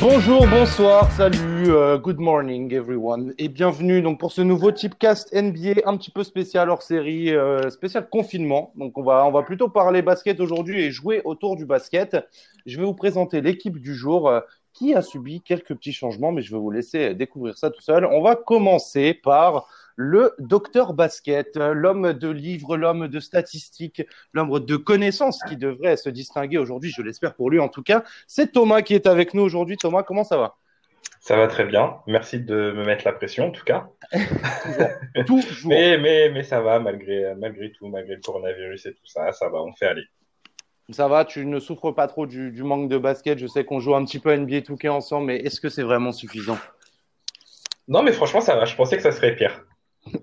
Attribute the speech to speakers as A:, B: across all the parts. A: Bonjour, bonsoir, salut, euh, good morning everyone et bienvenue donc pour ce nouveau Tipcast NBA un petit peu spécial hors série, euh, spécial confinement. Donc on va on va plutôt parler basket aujourd'hui et jouer autour du basket. Je vais vous présenter l'équipe du jour euh, qui a subi quelques petits changements mais je vais vous laisser découvrir ça tout seul. On va commencer par le docteur basket, euh, l'homme de livres, l'homme de statistiques, l'homme de connaissances qui devrait se distinguer aujourd'hui, je l'espère pour lui en tout cas. C'est Thomas qui est avec nous aujourd'hui. Thomas, comment ça va
B: Ça va très bien. Merci de me mettre la pression en tout cas.
A: Toujours. Toujours.
B: Mais, mais, mais ça va malgré, malgré tout, malgré le coronavirus et tout ça, ça va, on fait aller.
A: Ça va, tu ne souffres pas trop du, du manque de basket. Je sais qu'on joue un petit peu à NBA 2K ensemble, mais est-ce que c'est vraiment suffisant
B: Non mais franchement ça va, je pensais que ça serait pire.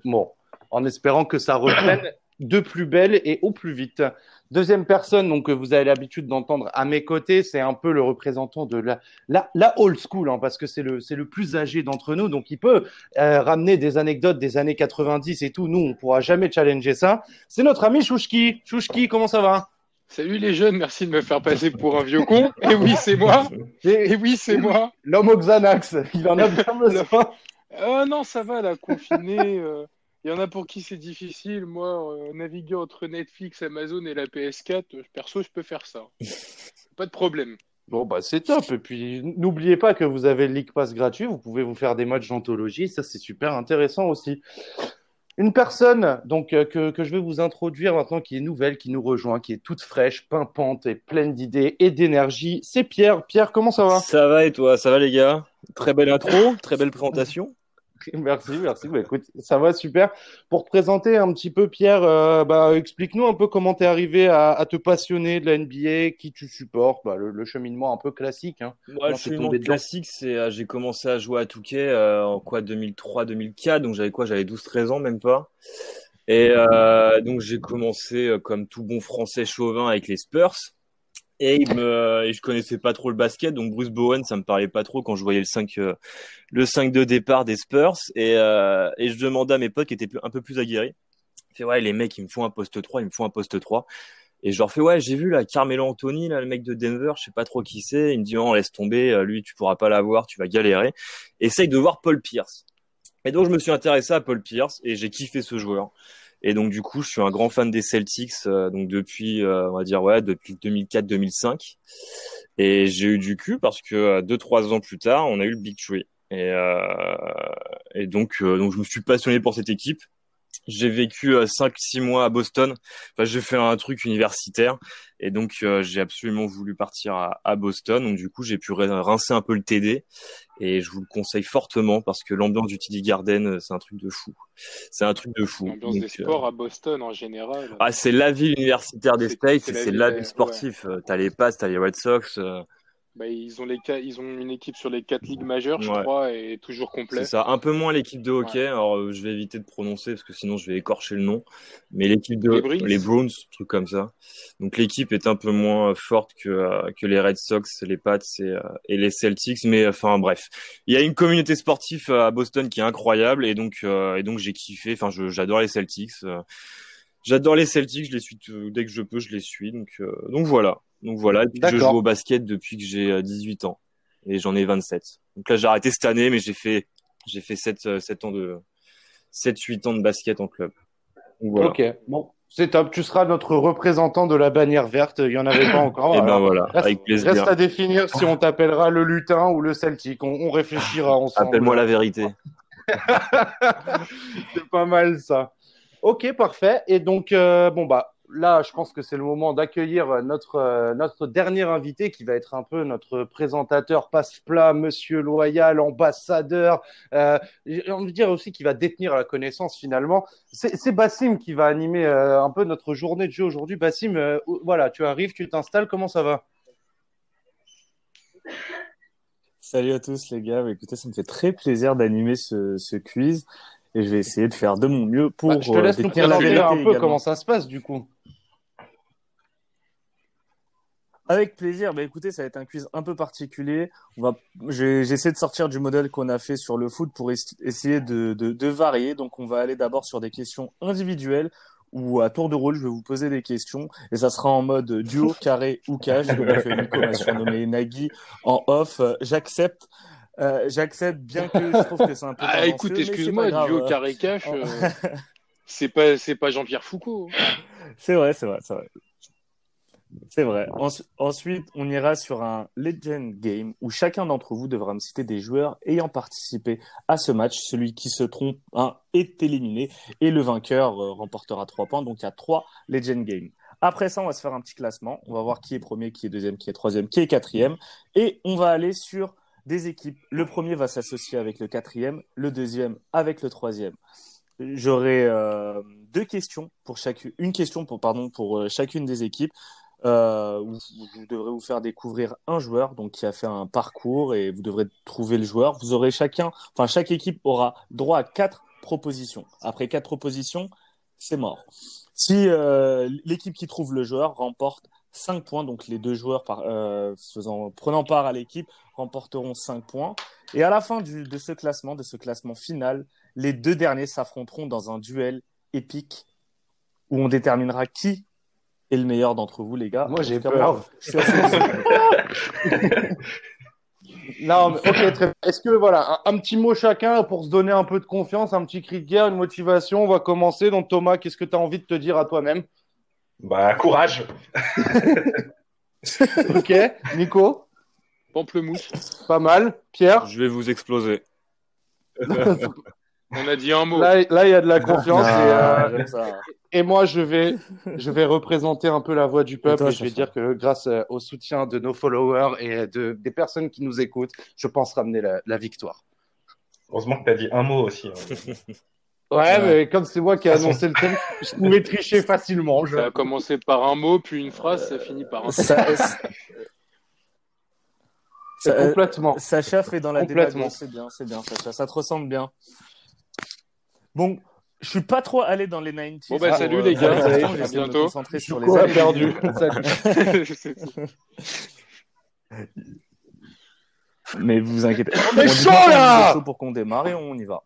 A: Bon, en espérant que ça reprenne de plus belle et au plus vite. Deuxième personne donc, que vous avez l'habitude d'entendre à mes côtés, c'est un peu le représentant de la, la, la old school, hein, parce que c'est le, c'est le plus âgé d'entre nous, donc il peut euh, ramener des anecdotes des années 90 et tout. Nous, on ne pourra jamais challenger ça. C'est notre ami Chouchki. Chouchki, comment ça va
C: Salut les jeunes, merci de me faire passer pour un vieux con. Et oui, c'est moi. Et oui, c'est moi.
A: L'homme au Xanax, il en a bien besoin.
C: Euh, non, ça va, la confinée. euh, Il y en a pour qui c'est difficile. Moi, euh, naviguer entre Netflix, Amazon et la PS4, euh, perso, je peux faire ça. Pas de problème.
A: Bon, bah, c'est top. Et puis, n'oubliez pas que vous avez le League Pass gratuit. Vous pouvez vous faire des matchs d'anthologie. Ça, c'est super intéressant aussi. Une personne donc euh, que, que je vais vous introduire maintenant, qui est nouvelle, qui nous rejoint, qui est toute fraîche, pimpante et pleine d'idées et d'énergie, c'est Pierre. Pierre, comment ça va
D: Ça va et toi Ça va les gars Très belle intro, très belle présentation.
A: Merci, merci. Bah, écoute, ça va super. Pour te présenter un petit peu, Pierre, euh, bah, explique-nous un peu comment t'es arrivé à, à te passionner de la NBA, qui tu supportes, bah, le, le cheminement un peu classique. Hein.
D: Moi, le
A: t'es
D: cheminement
A: tombé dedans
D: classique, c'est euh, j'ai commencé à jouer à Touquet euh, en quoi 2003-2004, donc j'avais quoi J'avais 12-13 ans, même pas. Et euh, donc j'ai commencé euh, comme tout bon français chauvin avec les Spurs. Et, il me, euh, et je connaissais pas trop le basket, donc Bruce Bowen, ça me parlait pas trop quand je voyais le 5, euh, le 5 de départ des Spurs. Et, euh, et je demandais à mes potes qui étaient un peu plus aguerris. Je fais, ouais, les mecs, ils me font un poste 3, ils me font un poste 3. Et je leur fais, ouais, j'ai vu là, Carmelo Anthony, là, le mec de Denver, je sais pas trop qui c'est. Il me dit, non, laisse tomber, euh, lui, tu pourras pas l'avoir, tu vas galérer. Essaye de voir Paul Pierce. Et donc, je me suis intéressé à Paul Pierce et j'ai kiffé ce joueur. Et donc, du coup, je suis un grand fan des Celtics, euh, donc depuis, euh, on va dire, ouais, depuis 2004-2005. Et j'ai eu du cul parce que euh, deux, trois ans plus tard, on a eu le Big Tree. Et, euh, et donc, euh, donc, je me suis passionné pour cette équipe. J'ai vécu euh, cinq, six mois à Boston. Enfin, j'ai fait un truc universitaire. Et donc, euh, j'ai absolument voulu partir à, à Boston. Donc, du coup, j'ai pu rin- rincer un peu le TD. Et je vous le conseille fortement parce que l'ambiance du TD Garden, euh, c'est un truc de fou. C'est un truc de fou.
C: L'ambiance des
D: Donc, euh,
C: sports à Boston en général.
D: ah, c'est la ville universitaire des
C: C'est-
D: States
C: c'est
D: et
C: la
D: c'est
C: ville,
D: la
C: ouais.
D: ville sportive. Euh, T'as les Pats, t'as les Red Sox, euh,
C: Bah, ils, ont les ca- ils ont une équipe sur les quatre ligues majeures, je
D: Ouais.
C: crois, et toujours complet.
D: c'est ça. Un peu moins l'équipe de hockey.
C: Ouais.
D: Alors, euh, je vais éviter de prononcer parce que sinon je vais écorcher le nom. Mais l'équipe de
C: Les Bruins.
D: Bruins, truc comme ça. Donc l'équipe est un peu moins euh, forte que euh, que les Red Sox, les Pats et, euh, et les Celtics. Mais euh, enfin bref, il y a une communauté sportive euh, à Boston qui est incroyable et donc euh, et donc j'ai kiffé. Enfin, je- j'adore les Celtics. euh, J'adore les Celtics, je les suis tout- dès que je peux, je les suis. Donc, euh, donc voilà. Donc voilà. Et puis je
A: D'accord.
D: joue au basket depuis que j'ai euh, 18 ans et j'en ai 27. Donc là, j'ai arrêté cette année, mais j'ai fait, j'ai fait 7, 7 ans de, 7, 8 ans de basket en club. Donc voilà.
A: Ok, bon, c'est top. Tu seras notre représentant de la bannière verte. Il n'y en avait pas encore.
D: Et ben
A: alors.
D: voilà,
A: Oh Reste,
D: avec plaisir.
A: reste à définir si on t'appellera le lutin ou le celtique. On, on réfléchira ensemble.
D: Appelle-moi la vérité.
A: C'est pas mal ça. Ok, parfait. Et donc, euh, bon, bah, là, je pense que c'est le moment d'accueillir notre, euh, notre dernier invité qui va être un peu notre présentateur passe-plat, monsieur loyal, ambassadeur. Euh, J'ai envie de dire aussi qu'il va détenir la connaissance finalement. C'est c'est Bassim qui va animer euh, un peu notre journée de jeu aujourd'hui. Bassim, euh, voilà, tu arrives, tu t'installes, comment ça va
E: Salut à tous les gars, Bah, écoutez, ça me fait très plaisir d'animer ce, ce quiz et je vais essayer de faire de mon mieux pour
A: Bah, Je te
E: euh,
A: laisse nous
E: détenir la
A: présenter
E: vérité
A: un peu
E: également.
A: comment ça se passe du coup.
E: Avec plaisir, bah, écoutez, ça va être un quiz un peu particulier. On va... J'ai j'ai essayé de sortir du modèle qu'on a fait sur le foot pour es- essayer de, de, de varier. Donc on va aller d'abord sur des questions individuelles où à tour de rôle, je vais vous poser des questions et ça sera en mode duo, carré ou cage. Donc, euh, Nico m'a surnommé Nagui en off. Euh, J'accepte. Euh, J'accepte, bien que je trouve que c'est un peu.
C: Ah, écoute,
E: tendancieux, mais c'est
C: excuse-moi,
E: pas grave.
C: duo carré cash,
E: Oh.
C: euh, c'est pas, c'est pas Jean-Pierre Foucault. hein.
E: C'est vrai, c'est vrai, c'est vrai. C'est vrai. Ensu- ensuite, on ira sur un Legend Game où chacun d'entre vous devra me citer des joueurs ayant participé à ce match. Celui qui se trompe hein, est éliminé et le vainqueur euh, remportera trois points. Donc, il y a trois Legend Games. Après ça, on va se faire un petit classement. On va voir qui est premier, qui est deuxième, qui est troisième, qui est quatrième. Et on va aller sur des équipes. Le premier va s'associer avec le quatrième, le deuxième avec le troisième. J'aurai euh, deux questions pour chacune, une question pour pardon pour euh, chacune des équipes. Euh, où vous- vous devrez vous faire découvrir un joueur donc qui a fait un parcours et vous devrez trouver le joueur. Vous aurez chacun, enfin chaque équipe aura droit à quatre propositions. Après quatre propositions, c'est mort. Si euh, l'équipe qui trouve le joueur remporte cinq points, donc les deux joueurs par, euh, faisant, prenant part à l'équipe remporteront cinq points. Et à la fin du, de ce classement, de ce classement final, les deux derniers s'affronteront dans un duel épique où on déterminera qui est le meilleur d'entre vous, les gars.
A: Moi,
E: En
A: j'ai
E: tout cas,
A: peur.
E: Ah, moi, je suis assez-
A: Non, mais ok, très bien. Est-ce que, voilà, un, un petit mot chacun pour se donner un peu de confiance, un petit cri de guerre, une motivation On va commencer. Donc, Thomas, qu'est-ce que tu as envie de te dire à toi-même
B: Bah, courage
A: Ok, Nico,
C: Pamplemousse.
A: pas mal. Pierre,
D: Je vais vous exploser.
C: On a dit un mot.
A: là, là, il y a de la
E: Non,
A: confiance. et, euh,
E: j'aime ça.
A: Et moi, je vais, je vais représenter un peu la voix du peuple
E: toi,
A: et je vais
E: Sacha
A: dire que grâce euh, au soutien de nos followers et euh, de, des personnes qui nous écoutent, je pense ramener la, la victoire.
B: Heureusement que t'as dit un mot aussi. hein.
A: Ouais, mais comme c'est moi qui ai
B: De toute
A: annoncé le thème, je pouvais tricher facilement. je-
C: Ça a commencé par un mot, puis une phrase, ça finit par un.
E: Ça- euh, ça- ça- euh,
A: Complètement.
E: Sacha fait dans la
A: Complètement.
E: démagogie, c'est bien, c'est bien, Sacha, ça te ressemble bien. Bon, je suis pas trop allé dans les 90s.
C: Bon, bah,
E: pour,
C: salut,
E: euh,
C: les gars.
E: pour l'instant,
C: À
E: j'essaie de me
C: bientôt.
E: concentrer sur les
A: Nico a
E: années
A: perdu. Salut.
E: Euh. Mais vous vous inquiétez.
A: On est
E: dit
A: chaud,
E: pas qu'on
A: là
E: est chaud pour qu'on démarre et on y va.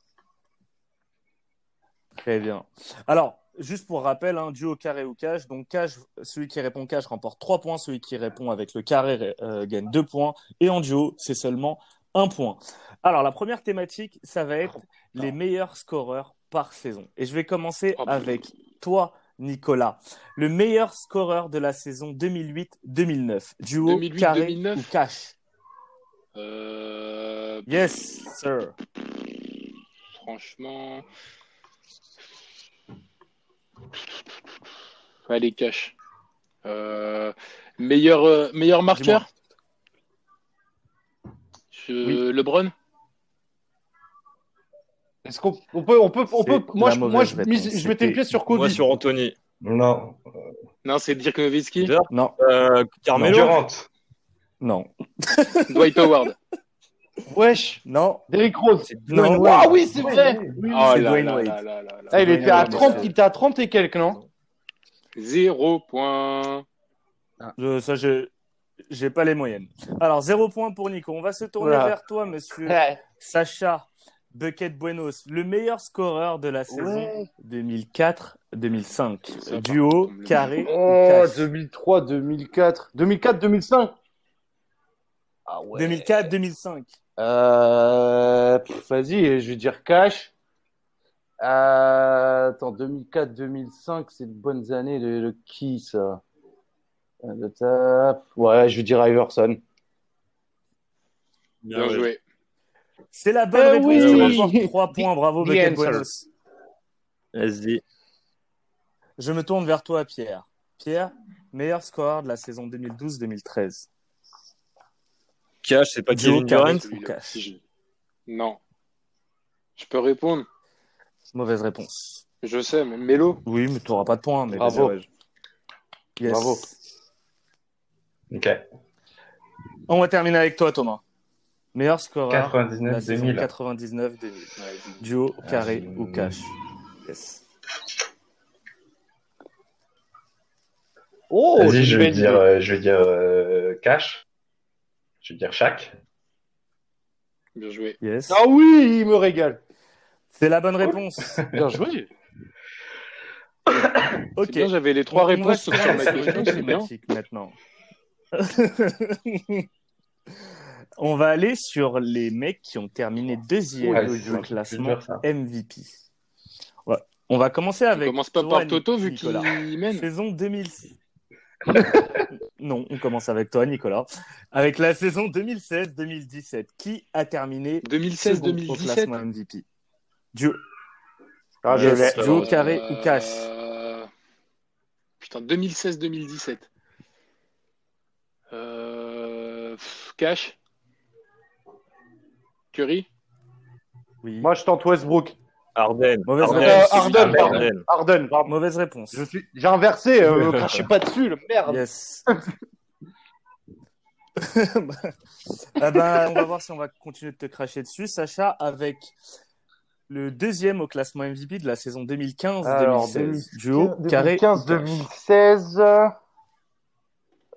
E: Très bien. Alors, juste pour rappel, un duo carré ou cash. Donc, cash, celui qui répond cash remporte 3 points. Celui qui répond avec le carré euh, gagne 2 points. Et en duo, c'est seulement 1 point. Alors, la première thématique, ça va être les meilleurs scoreurs par saison. Et je vais commencer
C: Oh, putain.
E: avec toi, Nicolas. Le meilleur scoreur de la saison 2008-2009. Duo
C: 2008,
E: carré
C: 2009.
E: ou cash
C: Euh,
E: Yes, sir.
C: franchement. Allez, cash. Euh, meilleur, euh, meilleur marqueur Je- Lebron
A: Est-ce qu'on on peut, on peut, on peut.
E: C'est
A: Moi,
E: la
A: je,
E: mauvaise
A: moi, je,
E: réponse.
A: mise- je mettais le pied sur Kobe.
D: Moi sur Anthony.
B: Non,
C: Non, c'est Dirk Nowitzki
D: Dirk,
E: Non,
D: euh, Carmelo.
B: Durant.
E: non.
C: Dwight Howard.
A: Wesh,
E: Non,
A: Derrick Rose.
D: C'est
E: Non,
D: Dwayne
E: ouais.
D: Wade.
A: Ah oui, c'est vrai.
C: Oh
E: c'est
C: là là
E: Dwayne
C: là
E: Wade.
C: là là là.
A: Ah, il
E: Dwayne
A: était à
E: Wade,
A: 30,
E: c'est-
A: il était à 30 et quelques, non
C: Zéro point.
E: je- ça, je j'ai pas les moyennes. Alors, zéro point pour Nico. On va se tourner
A: Voilà.
E: vers toi, monsieur
A: Ouais.
E: Sacha Bucket Buenos, le meilleur scoreur de la saison 2004-2005.
C: Ça va.
E: Duo, carré ou
A: Oh,
E: cash
A: 2003, 2004. 2004, 2005 Ah
E: 2004-2005.
A: Euh, pff, Vas-y, je vais dire cash. Euh, attends, 2004, 2005, c'est de bonnes années de, de qui ça Euh, de ta- Ouais, je vais dire Iverson.
C: Bien joué.
E: C'est la bonne
A: Eh
E: réponse.
A: oui.
E: Tu remportes 3 points. Bravo,
A: The
E: Bucket
A: answer.
E: Buenos.
D: Vas-y.
E: Je me tourne vers toi, Pierre. Pierre, meilleur scoreur de la saison 2012-2013.
D: Cash, c'est pas
E: Duo,
D: Kevin
E: carré
D: Durant.
E: ou cash
C: Non. Je peux répondre.
E: Mauvaise réponse.
C: Je sais, mais Mélo.
E: Oui, mais tu n'auras pas de points. Mais
A: Bravo.
E: vas-y, ouais. Yes.
A: Bravo.
B: Ok.
E: On va terminer avec toi, Thomas. Meilleur scoreur de la saison
B: 99-2000.
E: 99-2000.
C: Ouais,
E: Duo, carré
B: Euh,
E: ou cash Yes.
A: Oh,
B: Vas-y, je vais
A: vais
B: dire, euh, je vais dire euh, cash. Je vais dire Shaq.
C: bien joué.
E: Yes.
A: Ah oui, il me régale.
E: C'est la bonne réponse.
A: Bien joué.
C: C'est bien, j'avais les trois
E: On va
C: réponses
E: se
C: sur
E: faire
C: ma
E: la
C: question,
E: sélection
C: c'est bien.
E: thématique maintenant. On va aller sur les mecs qui ont terminé deuxième
B: Ouais, c'est
E: au
B: dur,
E: classement
B: c'est dur, ça.
E: MVP. Ouais. On va commencer
C: On
E: avec.
C: commence pas
E: Johan
C: par Toto vu qu'il
E: Nicolas.
C: mène.
E: Saison 2006. non, on commence avec toi, Nicolas. Avec la saison 2016-2017, qui a terminé second au classement
C: 2016-2017.
E: MVP Duo,
A: Ah, je
E: Yes.
A: l'ai.
E: Duo carré ou casse
C: Euh, Putain, 2016-2017. Euh... pff, Cash Curry
E: Oui.
A: Moi, je tente Westbrook.
D: Arden.
E: Mauvaise
D: Arden.
A: réponse. Euh, Arden,
D: Arden.
A: Arden, pardon.
E: Mauvaise réponse.
A: Je suis... J'ai inversé, euh, crachez pas dessus, le merde.
E: Yes. Ah bah, on va voir si on va continuer de te cracher dessus, Sacha, avec le deuxième au classement MVP de la saison 2015-2016.
A: Alors,
E: Duo, carré.
A: 2015,
E: ou cash
A: 2016.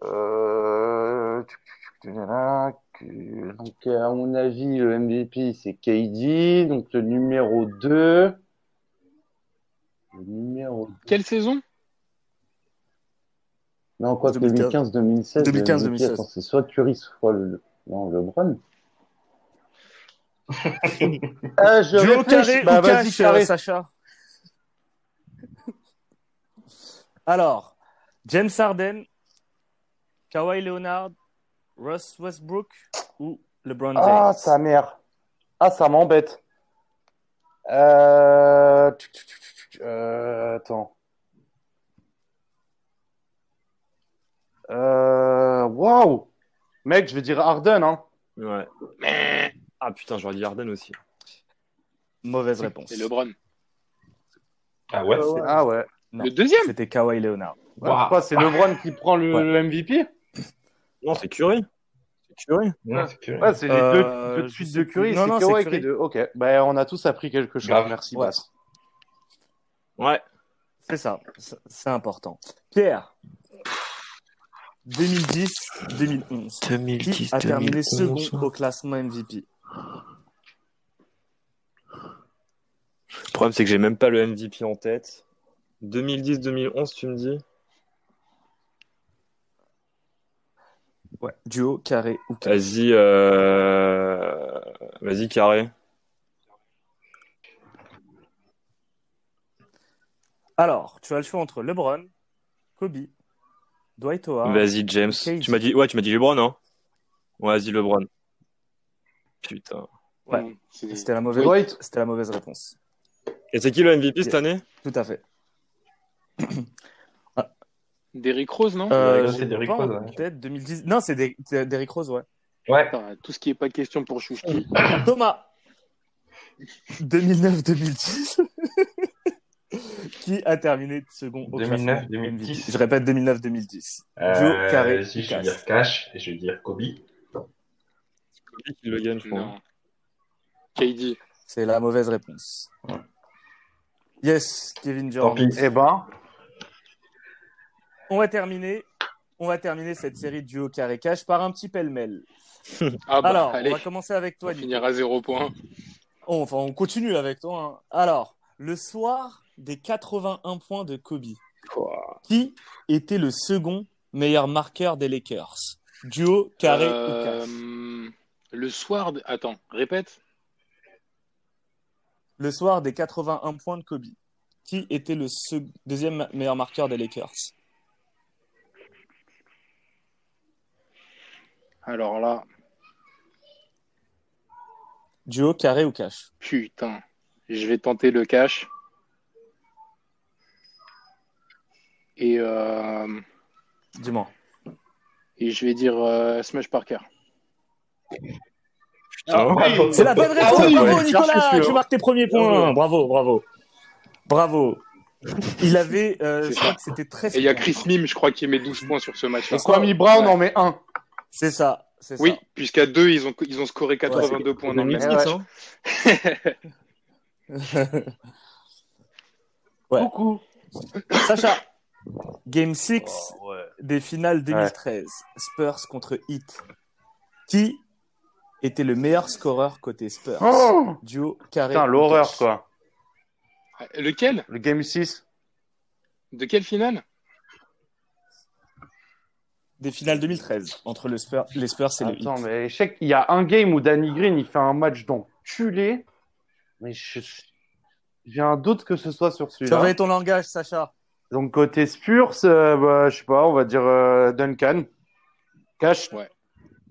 A: Euh... Donc, à mon avis, le MVP, c'est KD. Donc, le numéro 2. Le numéro 2.
C: Quelle saison
A: Non, quoi,
E: 2015.
A: 2015, 2016.
E: 2015,
A: le MVP,
E: 2016.
A: attends, C'est soit Curry, soit le... non, LeBron. ah, je
E: Duo,
A: réfléchis.
E: carré
A: Bah,
E: ou
A: vas-y,
E: cash,
A: carré.
E: euh, Sacha Alors, James Harden, Kawhi Leonard, Russ Westbrook ou LeBron James
A: Ah, sa mère. Ah, ça m'embête. Euh... tu, tu, tu, tu, tu, euh, Attends. Euh, Waouh! Mec, je vais dire Harden, hein.
D: Ouais. Ah putain, j'aurais dit Arden aussi.
E: Mauvaise réponse.
C: C'est LeBron.
B: Ah ouais, c'est-
A: Ah ouais.
E: Non.
C: Le deuxième
E: C'était Kawhi Leonard.
A: Ouais, Quoi, c'est LeBron qui prend le,
E: Ouais.
A: le MVP?
D: Non, c'est Curry. C'est Curry.
B: non, c'est curieux.
A: Ouais, c'est les
E: Euh,
A: deux, deux de
E: je
A: suite
E: sais
A: de
E: plus.
A: Curry,
E: Non,
A: c'est
E: non, c'est
A: Kawhi qui
E: Curry.
A: est deux. Ok, bah, on a tous appris quelque chose.
B: Grave.
A: Merci,
E: Ouais.
A: Bass.
D: Ouais.
E: C'est ça, c'est c'est important. Pierre, 2010-2011, qui a terminé second au classement MVP
D: Le problème, c'est que j'ai même pas le MVP en tête. 2010-2011, tu me dis
E: ouais. Duo, carré ou cash
D: Vas-y, euh... vas-y, carré.
E: Alors, tu as le choix entre LeBron, Kobe, Dwight Howard.
D: Vas-y, James.
E: ok.
D: Tu m'as dit, ouais, tu m'as dit LeBron, hein Ouais, vas-y, LeBron. Putain.
E: Ouais.
C: Non, c'est-
E: C'était la, mauvaise...
A: Dwight,
E: c'était la mauvaise réponse.
D: Et c'est qui le MVP cette année
E: Tout à fait.
C: Derrick Rose, non
E: Euh,
B: Rose, c'est
E: j'ai
B: Derrick
E: pas en
B: Rose, ouais.
E: tête, 2010. Non, c'est des- c'est Derrick Rose, ouais.
B: Ouais,
C: Putain, Tout ce qui est pas question pour Chouchki.
E: Thomas 2009-2010 qui a terminé second au
B: 2009,
E: classement
B: 2010.
E: MVP. Je répète 2009-2010.
B: euh,
E: carré,
B: si, je
E: casse.
B: vais dire Cash et je vais dire Kobe.
D: Kobe qui le gagne, je crois.
C: Non. KD.
E: C'est la mauvaise réponse. Yes, Kevin Durant.
B: Tant pis.
A: eh ben,
E: On va terminer. On va terminer cette série duo carré cash par un petit pêle-mêle.
C: Ah bah,
E: Alors,
C: allez,
E: on va commencer avec toi.
C: on
E: Nico.
C: finira zéro point.
E: Oh, enfin, on continue avec toi. hein. Alors, le soir des 81 points de Kobe, qui était le second meilleur marqueur des Lakers Duo, carré ou
C: Euh,
E: cash
C: Le soir... de- Attends, répète.
E: le soir des 81 points de Kobe, qui était le sec- deuxième meilleur marqueur des Lakers
C: Alors là,
E: Duo, carré ou cash
C: putain. Je vais tenter le cash. Et, euh,
E: Dis-moi.
C: et je vais dire euh, Smash Parker.
D: Putain.
E: C'est la bonne réponse
A: oui,
E: Bravo,
A: ouais. Cherche
E: Nicolas
A: celui-là.
E: Tu marques tes premiers points Bravo, bravo. Bravo. Il avait... euh,
C: C'est
E: je crois que c'était très...
C: Et il y a Chris Mime, je crois, qui met 12 points sur ce match-là.
A: et Kwame Brown en met un.
E: C'est ça, c'est
C: Oui,
E: ça.
C: puisqu'à deux, ils ont, ils ont scoré 82 points dans le même
D: 2010,
C: match.
D: hein
E: hein. Ouais.
A: Coucou.
E: Sacha, Game 6
C: Oh.
D: ouais.
E: des finales 2013, Spurs contre Heat. Qui était le meilleur scoreur côté Spurs
A: Oh
E: Duo, carré.
A: Putain,
E: ou
A: l'horreur,
E: cash
A: quoi.
C: Ah, Lequel
A: Le Game 6.
C: De quelle finale
E: Des finales 2013 entre le Spurs, les Spurs et le
A: Attends,
E: Heat.
A: mais je sais qu'il y a un game où Danny Green, il fait un match d'enculé. Mais je- j'ai un doute que ce soit sur celui-là.
E: Surveille ton langage, Sacha.
A: Donc, côté Spurs, euh, bah, je sais pas, on va dire euh, Duncan. Cash.
C: Ouais.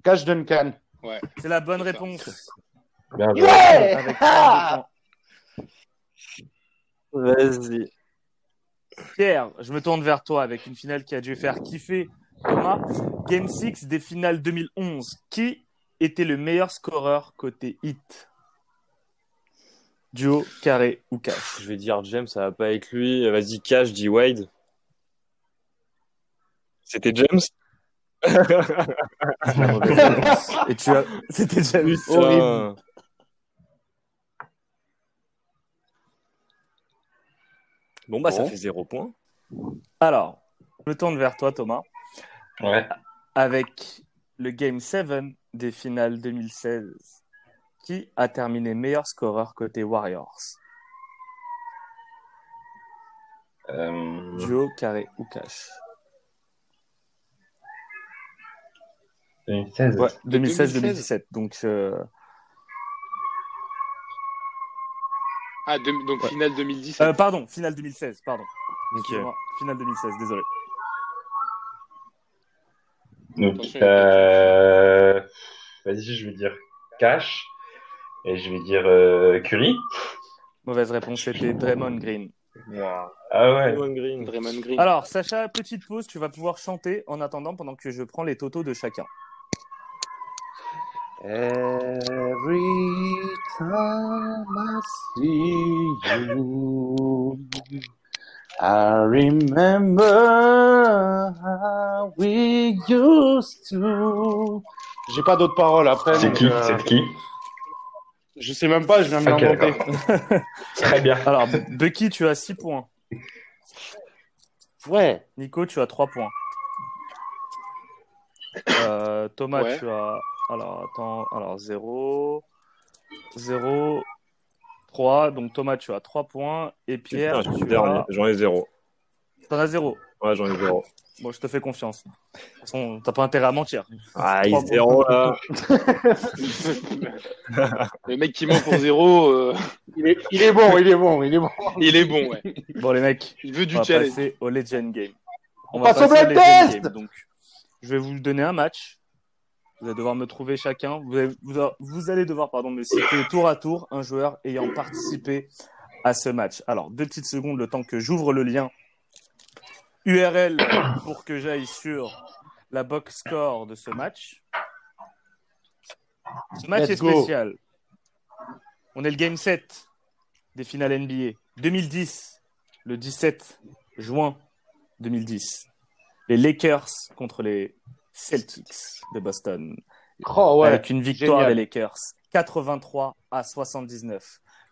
A: Cash Duncan.
E: C'est la bonne
C: C'est ça.
E: réponse.
A: Ah, bah,
B: Bien joué.
A: Yeah
E: Avec 32 points.
D: Vas-y.
E: Pierre, je me tourne vers toi avec une finale qui a dû faire kiffer Thomas. Game 6 des finales 2011. Qui était le meilleur scoreur côté hit Duo, carré ou cash
D: Je vais dire James, ça va pas être lui. Vas-y, Cash, dis Wade. C'était James
E: C'est la mauvaise réponse. Et tu as... C'était déjà lui. Horrible.
D: Putain. Bon, bah, ça
A: Bon.
D: fait zéro point.
E: Alors, je me tourne vers toi, Thomas,
B: Ouais.
E: avec le Game 7 des finales 2016. Qui a terminé meilleur scoreur côté Warriors
B: Euh,
E: Duo, carré ou cash
B: 2016.
E: Ouais, 2016-2017. Donc, euh,
C: Ah, de- donc
E: Ouais.
C: finale 2017.
E: Euh, pardon, finale 2016, pardon.
D: Ok.
E: Excusez-moi, Finale 2016, désolé.
B: Donc,
C: Attention.
B: euh, vas-y, je vais dire Cash. Et je vais dire euh, Curry.
E: Mauvaise réponse, c'était Draymond Green.
B: Ah ouais.
D: Draymond
E: Euh,
D: Green.
C: Draymond Green.
E: Alors, Sacha, petite pause, tu vas pouvoir chanter en attendant pendant que je prends les totos de chacun.
A: Every time I see you, I remember how we used to. J'ai pas d'autres paroles après.
B: C'est
A: donc,
B: qui
A: euh,
B: C'est qui
A: je sais même pas, je viens de
B: Ok,
A: l'inventer.
B: Très bien.
E: Alors, Bucky, tu as 6 points.
A: Ouais.
E: Nico, tu as 3 points. Euh, Thomas,
C: Ouais.
E: tu as. Alors, attends. Alors, 0. 0. 3. Donc, Thomas, tu as 3 points. Et Pierre,
D: Putain, je suis
E: tu
D: dernier.
E: as.
D: J'en ai zéro.
E: T'en as 0.
D: Ouais, j'en ai zéro.
E: Bon, je te fais confiance. De toute façon, t'as pas intérêt à mentir.
D: Ah,
E: Trois
D: il zéro là.
C: le mec qui ment pour zéro, euh,
A: Il est, il est bon, il est bon, il est bon.
C: il est bon, ouais.
E: Bon, les mecs.
C: Il veut du
E: on va
C: challenge.
E: passer au Legend Game. On,
A: passe au Blood
E: Legend
A: Test
E: Game, donc, je vais vous donner un match. Vous allez devoir me trouver chacun. Vous allez, vous a- vous allez devoir pardon, me citer tour à tour un joueur ayant participé à ce match. Alors, deux petites secondes, le temps que j'ouvre le lien URL pour que j'aille sur la box score de ce match. Ce match
A: Let's
E: est
A: go.
E: spécial. On est le game 7 des finales NBA 2010, le 17 juin 2010. Les Lakers contre les Celtics de Boston.
A: Oh ouais.
E: avec une victoire
A: génial.
E: des Lakers 83 à 79.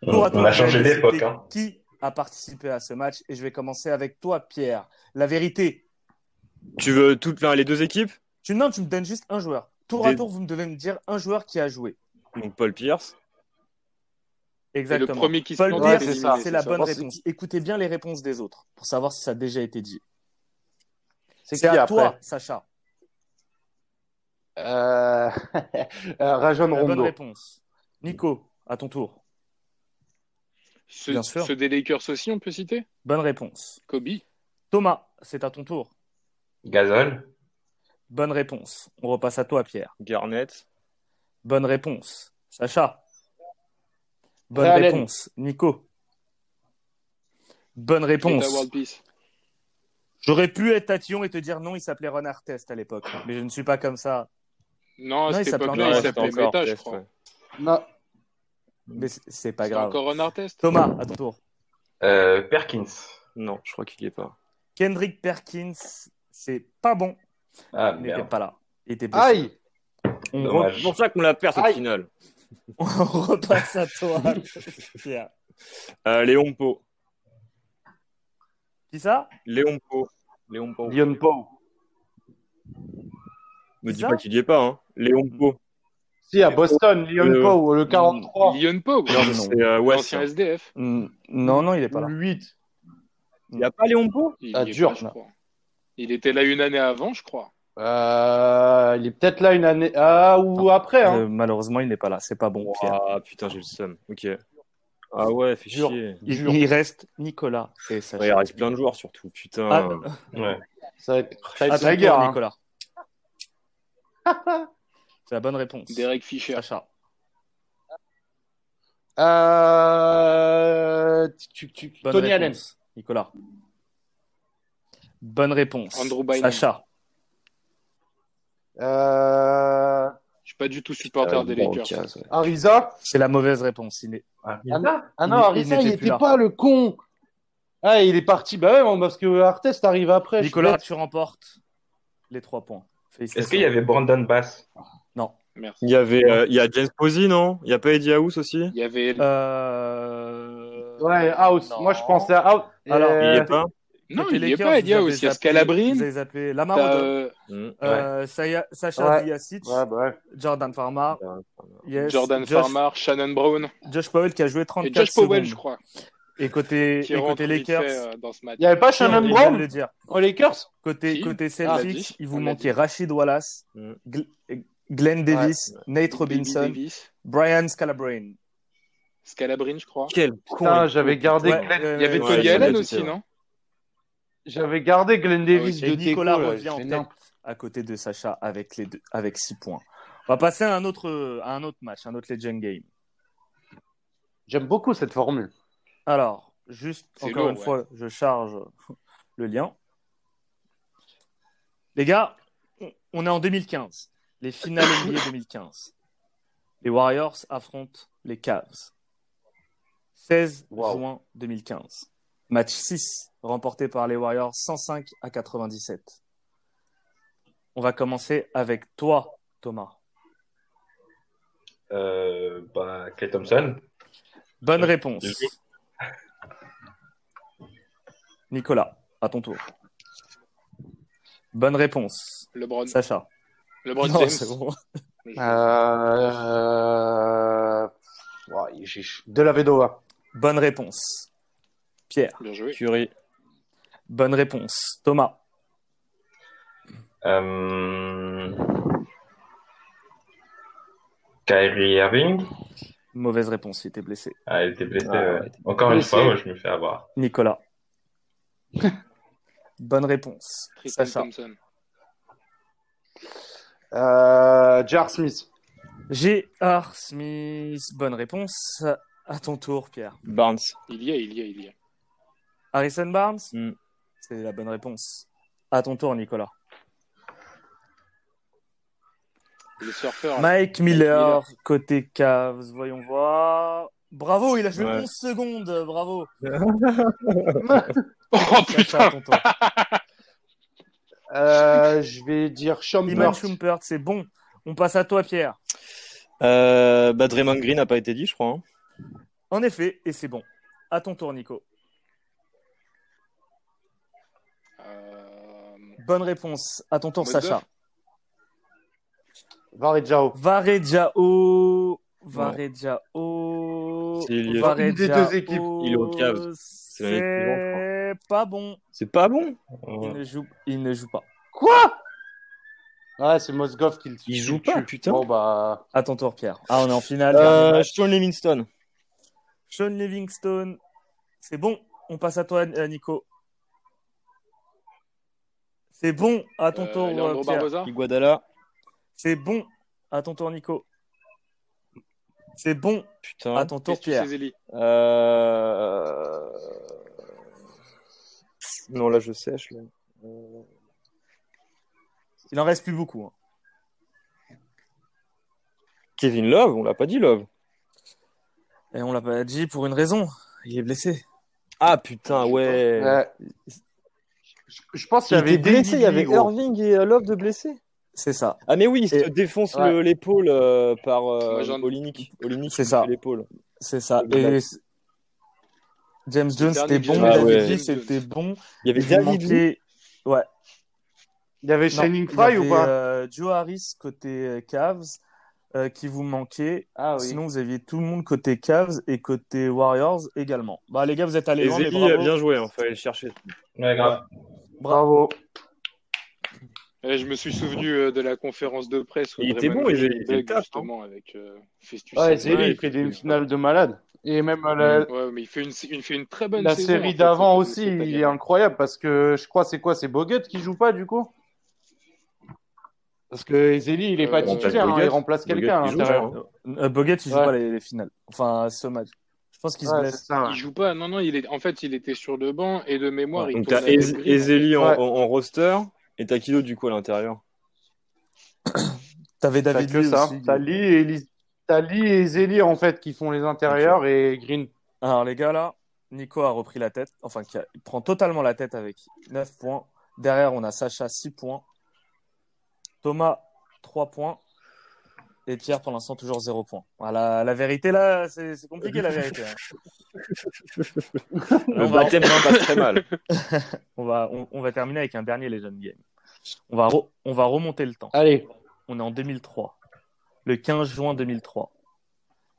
B: On,
E: Pour
B: on
E: attendre,
B: a changé
E: je vais
B: d'époque.
E: citer
B: Hein.
E: Qui a participé à ce match Et je vais commencer avec toi, Pierre. La vérité.
D: Tu veux toutes, enfin, les deux équipes
E: Tu, non, tu me donnes juste un joueur. Tour à
D: Des-
E: tour, vous me devez me dire un joueur qui a joué.
D: Donc, Paul Pierce.
C: Et le
E: Exactement.
C: premier qui se
E: Paul
C: plante,
A: Pierce,
E: Pierce,
C: est
A: c'est
E: c'est
C: éliminé,
A: ça,
E: la
A: ça.
E: bonne
A: Bon, c'est-
E: réponse. Écoutez bien les réponses des autres pour savoir si ça a déjà été dit.
A: C'est qui
E: C'est à
A: après
E: toi, Sacha.
A: euh... euh, Rajon
E: La bonne
A: Rondo.
E: réponse. Nico, à ton tour.
C: Ceux,
E: Bien sûr.
C: ceux des Lakers aussi, on peut citer
E: Bonne réponse.
C: Kobe.
E: Thomas, c'est à ton tour.
B: Gasol.
E: Bonne réponse. On repasse à toi, Pierre.
D: Garnett.
E: Bonne réponse. Sacha. Bonne
A: Ray Allen.
E: réponse. Nico. Bonne réponse.
C: Peta World Peace.
E: J'aurais pu être tatillon et te dire non, il s'appelait Ron Artest à l'époque. Mais je ne suis pas comme ça.
C: Non, à
E: Non, il
C: cette
E: s'appelait
C: époque-là,
E: encore-
C: il s'appelait
D: c'était encore
C: Meta, je
D: Artest,
C: crois.
D: ouais.
A: Non. Mm.
E: Mais c'est- c'est pas
C: C'était
E: grave.
C: encore un artiste.
E: Thomas, à ton tour.
B: Euh, Perkins.
D: Non, je crois qu'il est pas.
E: Kendrick Perkins, c'est pas bon.
B: Ah
E: Il n'était
B: merde.
E: pas là. Il était blessé.
A: Aïe.
E: On, re-
B: Dommage.
D: C'est pour ça qu'on la perd cette
A: Aïe.
D: finale.
E: on repasse à toi, Pierre.
D: Euh, Léon Po.
E: Qui ça
D: Léon Po. Léon Po.
A: Lyon Paul.
D: Me dis
E: Ça
D: pas qu'il y est pas, hein. Léon Po.
A: Si, à Boston, Lyon
E: Euh,
D: Le-
A: Paul, le 43.
C: Lyon Poe,
D: Non, c'est euh, West.
C: l'ancien SDF.
E: Mm, Non, non, il n'est pas là.
A: Le 8.
D: Il n'y a pas Léon Pau
C: Il
A: Ah,
C: y est
A: dur,
C: pas, je
E: non.
C: crois. Il était là une année avant, je crois.
A: Euh, il est peut-être là une année ah, ou après. Hein.
E: Euh, malheureusement, il n'est pas là. C'est pas bon, Pierre.
D: Ah putain, j'ai le seum. Ok. Ah ouais, fais
E: Dur.
D: chier.
E: Il,
A: dur.
E: il reste Nicolas et Sacha.
D: Ouais, il reste plein de joueurs surtout, putain.
E: Ah,
B: Ouais.
A: Ça va être, ça va
E: à
A: être
E: ton
A: la
E: tour,
A: guerre. hein.
E: Nicolas. C'est la bonne réponse.
C: Derek Fischer.
E: Sacha.
A: Euh, tu- tu- tu-
E: Bonne
A: Tony Allen.
E: réponse. Nicolas. Bonne réponse.
C: Andrew Bynum.
E: Sacha.
A: Euh,
C: Je suis pas du tout supporter
E: Ah,
C: des Lakers.
A: Ariza
E: C'est la mauvaise réponse. Il est-
B: Ah,
A: Ah non, ah non,
E: Il- il
A: Ariza, il
E: n'était plus
A: n'était
E: là.
A: pas le con. Ah, il est parti. Bah ouais, bon, parce que Artest arrive après. je suis
E: Nicolas,
A: bête.
E: tu remportes les trois points. Félicitations.
B: Est-ce qu'il y avait Brandon Bass
E: Non.
C: Merci.
D: Il y avait, euh, il y a James Posey, non Il y a pas Eddie House aussi
C: Il y avait.
E: Ah, Euh...
A: Ouais, House.
E: non.
A: Moi, je pensais à House.
E: Alors,
D: Il y
A: Euh,
D: est pas
C: Non,
E: Côté
C: il n'y est
E: Lakers,
C: pas, il y a
E: vous
C: aussi
E: avez
C: à
E: zappé- Vous
C: Scalabrine.
E: avez zappé Lamar
C: t'as,
E: Odom,
C: euh,
D: Mmh.
E: euh, Saya- Sacha
A: Ouais.
E: Diacic,
A: ouais, bah ouais.
E: Jordan Farmer, yes,
C: Jordan
E: Josh-
C: Farmer, Shannon Brown
E: Josh Powell qui a joué 34
C: et Josh Powell,
E: secondes.
C: je crois,
E: Et côté,
C: qui
E: et
C: rentre
E: côté
C: vite
E: Lakers,
C: fait, euh, dans ce match.
A: Il n'y avait pas
E: qui, on
A: Shannon
E: vient de
A: Brown
E: le dire.
A: aux Lakers
E: Côté,
C: Si.
E: côté
C: Ah,
E: Celtics,
C: vas-y,
E: il
C: on
E: vous
C: l'a
E: manquait Rashid Wallace,
D: Mm.
E: Gl- Glenn Davis, Nate Robinson,
C: Baby Davis,
E: Brian Scalabrine.
C: Scalabrine, je crois.
D: Quel con.
A: Putain, j'avais gardé,
E: Euh, Ouais,
A: Glenn-
E: euh,
C: Il y avait
D: Ouais,
C: Tony
D: c'est
C: Allen
D: vrai,
C: aussi,
D: c'est
C: non
A: j'avais gardé Glenn Davis
C: Ah
E: Et
A: de
E: Nicolas
A: déco, là,
E: revient en
A: c'est
E: tête
A: énorme.
E: à côté de Sacha avec les deux, avec 6 points. On va passer à un autre, à un autre match, un autre Legend Game.
A: J'aime beaucoup cette formule.
E: Alors, juste
C: C'est
E: encore
C: lourd,
E: une
C: ouais.
E: fois, je charge le lien. Les gars, on- on est en 2015. Les finales NBA 2015. Les Warriors affrontent les Cavs. 16
A: Wow.
E: juin 2015. Match 6, remporté par les Warriors 105 à 97. On va commencer avec toi, Thomas.
B: euh, bah, Clay Thompson
E: Bonne réponse.
B: Bien joué.
E: Nicolas, à ton tour. Bonne réponse.
C: LeBron,
E: Sacha.
C: LeBron
E: Non,
C: James.
E: c'est bon.
A: Euh, euh, oh, j'ai chaud. De la Vedova.
E: Bonne réponse. Pierre.
C: Bien joué.
D: Curry.
E: Bonne réponse. Thomas.
B: euh... Kyrie Irving
E: Mauvaise réponse, il était blessé.
B: Ah, il était blessé.
D: Ah,
B: ouais.
D: ouais, t'es
B: Encore
A: blessé.
B: une fois, moi, je me fais avoir.
E: Nicolas. Bonne réponse.
C: Tristan
E: Sacha.
C: Thompson.
A: Euh, Jar Smith.
E: J.R. Smith. Bonne réponse. À ton tour, Pierre.
D: Barnes.
C: Il y est, il y est, il y est.
E: Harrison Barnes.
D: Mm.
E: C'est la bonne réponse. À ton tour, Nicolas.
C: Le surfeur. là.
E: Mike Miller, côté Cavs, voyons voir. Bravo, il a joué
D: Ouais.
E: 11 secondes, bravo.
C: Oh
E: Sacha, à
C: putain
E: ton tour.
A: Euh, je vais dire Shumpert.
E: Iman Schumpert, c'est bon. On passe à toi, Pierre.
D: Euh, bah, Draymond Green n'a pas été dit, je crois. hein.
E: En effet, et c'est bon. À ton tour, Nico.
C: Euh,
E: Bonne réponse. À ton tour,
C: Mode
E: Sacha.
C: d'offre.
A: Varejao.
E: Varejao. Varejao.
D: C'est le-
E: Varejao.
A: Une des deux équipes.
D: Il est aux Cavs. C'est l'année suivante,
E: C'est pas bon.
D: C'est pas bon.
E: Il
B: Ouais.
E: ne joue, il ne joue pas.
A: Quoi Ouais, c'est Mosgov qui le
D: Il
A: qui
D: joue
A: le
D: pas,
A: tue.
D: putain.
A: Bon, bah.
E: À ton tour, Pierre. Ah, on est en finale. dernier
D: Euh,
E: match.
D: Sean Livingston.
E: Sean Livingstone. C'est bon, on passe à toi, euh, Nico. C'est bon, à ton
C: euh,
E: tour,
C: Leandro
E: euh, Pierre.
C: Barbosa
D: Iguadala.
E: C'est bon, à ton tour, Nico. C'est bon,
D: Putain.
E: à ton tour,
C: Festus
E: Pierre.
C: Ezeli.
D: Euh... Non, là, je sèche. Là. Euh,
E: Il en reste plus beaucoup. hein.
D: Kevin Love, on l'a pas dit, Love.
E: Et on l'a pas dit pour une raison. Il est blessé.
D: Ah putain, ouais.
A: Ouais. Je, je pense qu'il y
D: il
A: avait
D: était blessé, il y avait
A: Daily Gros.
D: Irving et euh, Love de blessés.
E: C'est ça.
D: Ah mais oui, il se
E: Et-
D: défonce
A: ouais.
D: le- l'épaule euh, par euh,
C: Moi, j'en-
D: Olinik. Olinik,
E: C'est
D: il se
E: ça.
D: fait L'épaule.
E: C'est ça.
D: Exact.
E: Et c'est- James Jones,
C: dernier
E: c'était bon.
D: James
E: David
D: Jones.
E: Lee, c'était bon.
D: Il y avait
E: Il vous
D: David Lee.
E: manquait- Ouais.
A: Il y avait
E: Non,
A: Shining
E: il
A: Fry
E: y
A: ou pas
E: avait, euh, Joe Harris côté euh, Cavs, euh, qui vous manquaient.
A: Ah oui.
E: Sinon, vous aviez tout le monde côté Cavs et côté Warriors également. Bah, les gars, vous êtes allés
D: Et
E: loin, mais
D: Zélie a
E: bravo.
D: bien joué, hein, fallait le chercher.
B: Ouais, grave.
A: Bravo.
C: Eh, je me suis souvenu euh, de la conférence de presse. où
D: Il était
C: Draymond
D: bon, il
C: Green
D: était
C: était
D: taf, hein.
C: justement avec euh, Festus.
A: Ouais, c'est
C: Saint-Germain,
A: lui,
C: et
A: il fait des
C: puis, euh,
A: finales de malade. Et même euh, la,
C: Ouais, mais il fait une, il fait une très bonne
A: la
C: saison, en
A: série
C: fait,
A: d'avant
C: euh,
A: aussi,
C: cette
A: il
C: année.
A: est incroyable parce que je crois c'est quoi C'est Bogut qui joue pas du coup Parce que Ezeli, il est pas
C: Euh,
A: titulaire, hein,
D: Bogut.
A: il remplace
D: Bogut
A: quelqu'un à
D: qui joue,
A: l'intérieur.
D: genre, hein.
E: Euh, Bogut, il joue
A: Ouais.
E: pas les, les finales. Enfin, ce match. Je pense qu'il se
A: Ouais,
E: blesse.
A: c'est ça, ouais.
C: Il joue pas. Non, non, il est, en fait, il était sur le banc et de mémoire, il
D: Donc
C: tourne
D: t'as
C: avec
D: Ez-
C: Green.
D: Ezeli en,
A: Ouais.
D: en- en roster et t'as qui d'autre du coup à l'intérieur
E: T'avais
A: T'as
E: David
A: que
E: Lee
A: ça.
E: aussi.
A: T'as Lee et Lee- t'as Lee et Ezeli en fait qui font les intérieurs et Green.
E: Alors les gars là, Nico a repris la tête, enfin qui a- il prend totalement la tête avec 9 points. Derrière, on a Sacha 6 points. Thomas 3 points. Et Pierre pour l'instant toujours 0 points. Voilà, la vérité là, c'est c'est compliqué la vérité. hein.
D: Le
E: va-
D: baptême main passe très mal.
E: On va on, on va terminer avec un dernier Legend Game. On va re- on va remonter le temps.
A: Allez,
E: On est en 2003. Le 15 juin 2003.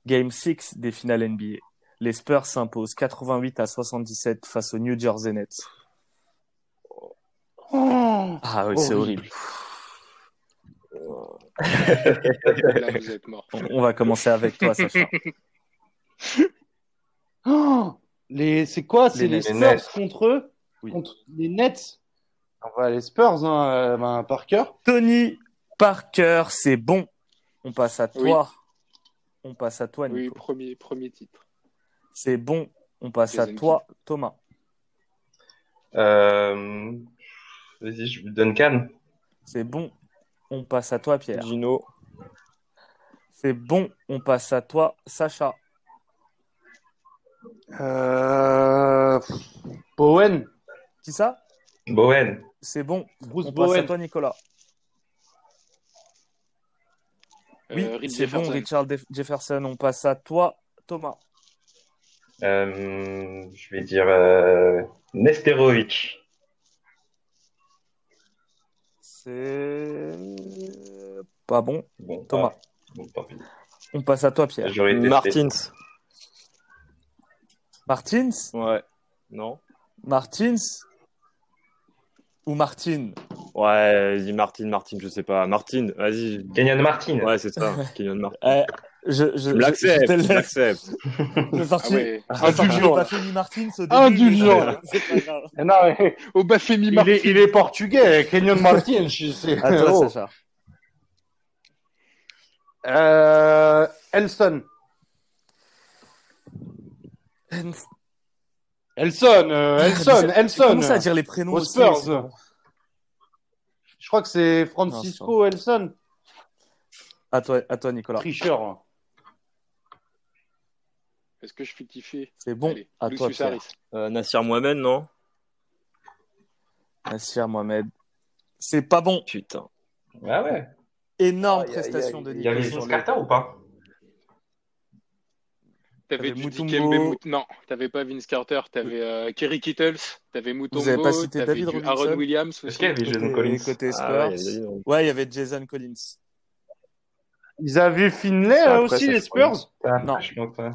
E: Game 6 des finales NBA. Les Spurs s'imposent 88 à 77 face aux New Jersey Nets. Ah oui,
A: Oh,
E: c'est horrible.
C: Là, vous êtes mort.
E: On on va commencer avec toi, Sacha.
A: Oh les, c'est quoi C'est
E: Les
A: les,
E: Nets.
A: Spurs
B: Les Nets.
A: contre eux
E: Oui.
A: Contre les Nets Enfin, les Spurs, hein, euh, ben, par cœur.
E: Tony Parker, c'est bon. On passe à toi. On passe à toi, Nico.
C: Oui, premier, premier titre.
E: C'est bon. On passe à
C: Deuxième
E: toi, Thomas.
B: Euh... Vas-y, je donne Cannes.
E: C'est bon. On passe à toi, Pierre.
D: Gino,
E: C'est bon. On passe à toi, Sacha.
A: Euh, Bowen,
E: Qui ça
B: Bowen.
E: C'est bon.
A: Bruce
E: On passe à
A: Bowen.
E: toi, Nicolas. Oui,
C: Euh, Reed
E: c'est bon,
C: Jefferson.
E: Richard Def- Jefferson. On passe à toi, Thomas.
B: Euh... Je vais dire euh... Nesterovic.
E: C'est pas bon.
B: Bon,
E: Thomas.
B: ah, bon, tant pis.
E: On passe à toi, Pierre.
B: J'aurais testé.
D: Martins.
E: Martins
D: Ouais. Non
E: Martins Ou Martine
D: Ouais, vas-y, Martin, Martin, je sais pas. Martin, vas-y.
B: Kenyon Martin.
D: Ouais, c'est ça, Kenyon Martin.
E: Euh, je, je,
D: Je
E: je, je
D: l'accepte,
E: te
D: je
E: laisse.
D: l'accepte.
E: J'ai
C: Ah
E: sorti.
C: ouais.
E: j'ai sorti
A: Indulgent.
E: Bafémi Martins au début.
A: Indulgent.
E: mais c'est pas grave.
A: Eh non, mais
C: Au Bafémi
A: il, est, il est portugais, Kenyon Martin. je sais.
E: À Ah, toi,
A: Oh.
E: Sacha.
A: Euh, Elson. Elson, euh, Elson,
E: Ah, Mais
A: Elson.
E: Commencez à dire les prénoms
A: Aux
E: aussi,
A: Spurs.
E: c'est bon.
A: Je crois que c'est Francisco Elson.
E: À toi, à toi, Nicolas.
A: Tricheur.
C: Est-ce que je suis kiffé
E: C'est bon.
C: Allez,
E: à toi,
C: Lucius
E: Pierre.
C: Harris.
D: Euh, Nassir Mohamed, non
E: Nassir Mohamed. C'est pas bon.
D: Putain.
B: Ah ouais.
E: Énorme
B: Il y a-
E: prestation de
B: Il y avait
E: Nicolas.
B: Vince Carter ou pas
E: T'avais
C: T'avais du
E: Mutombo.
C: Dikembe Mut- Non, t'avais pas Vince Carter, t'avais euh, Kerry Kittles, t'avais Mutombo,
E: avez pas cité
C: t'avais
E: David
C: du
E: Robinson
C: Aaron Williams
B: Est-ce
C: aussi.
B: qu'il y avait Jason Collins
E: Côté Spurs.
D: Ah ouais, il y a-
E: ouais, il y avait Jason Collins.
A: Ils avaient Finlay
D: Ça,
A: là,
D: après,
A: aussi,
D: ça,
A: les
D: je crois.
A: Spurs.
B: Ah,
E: Non.
B: Je pense, ouais.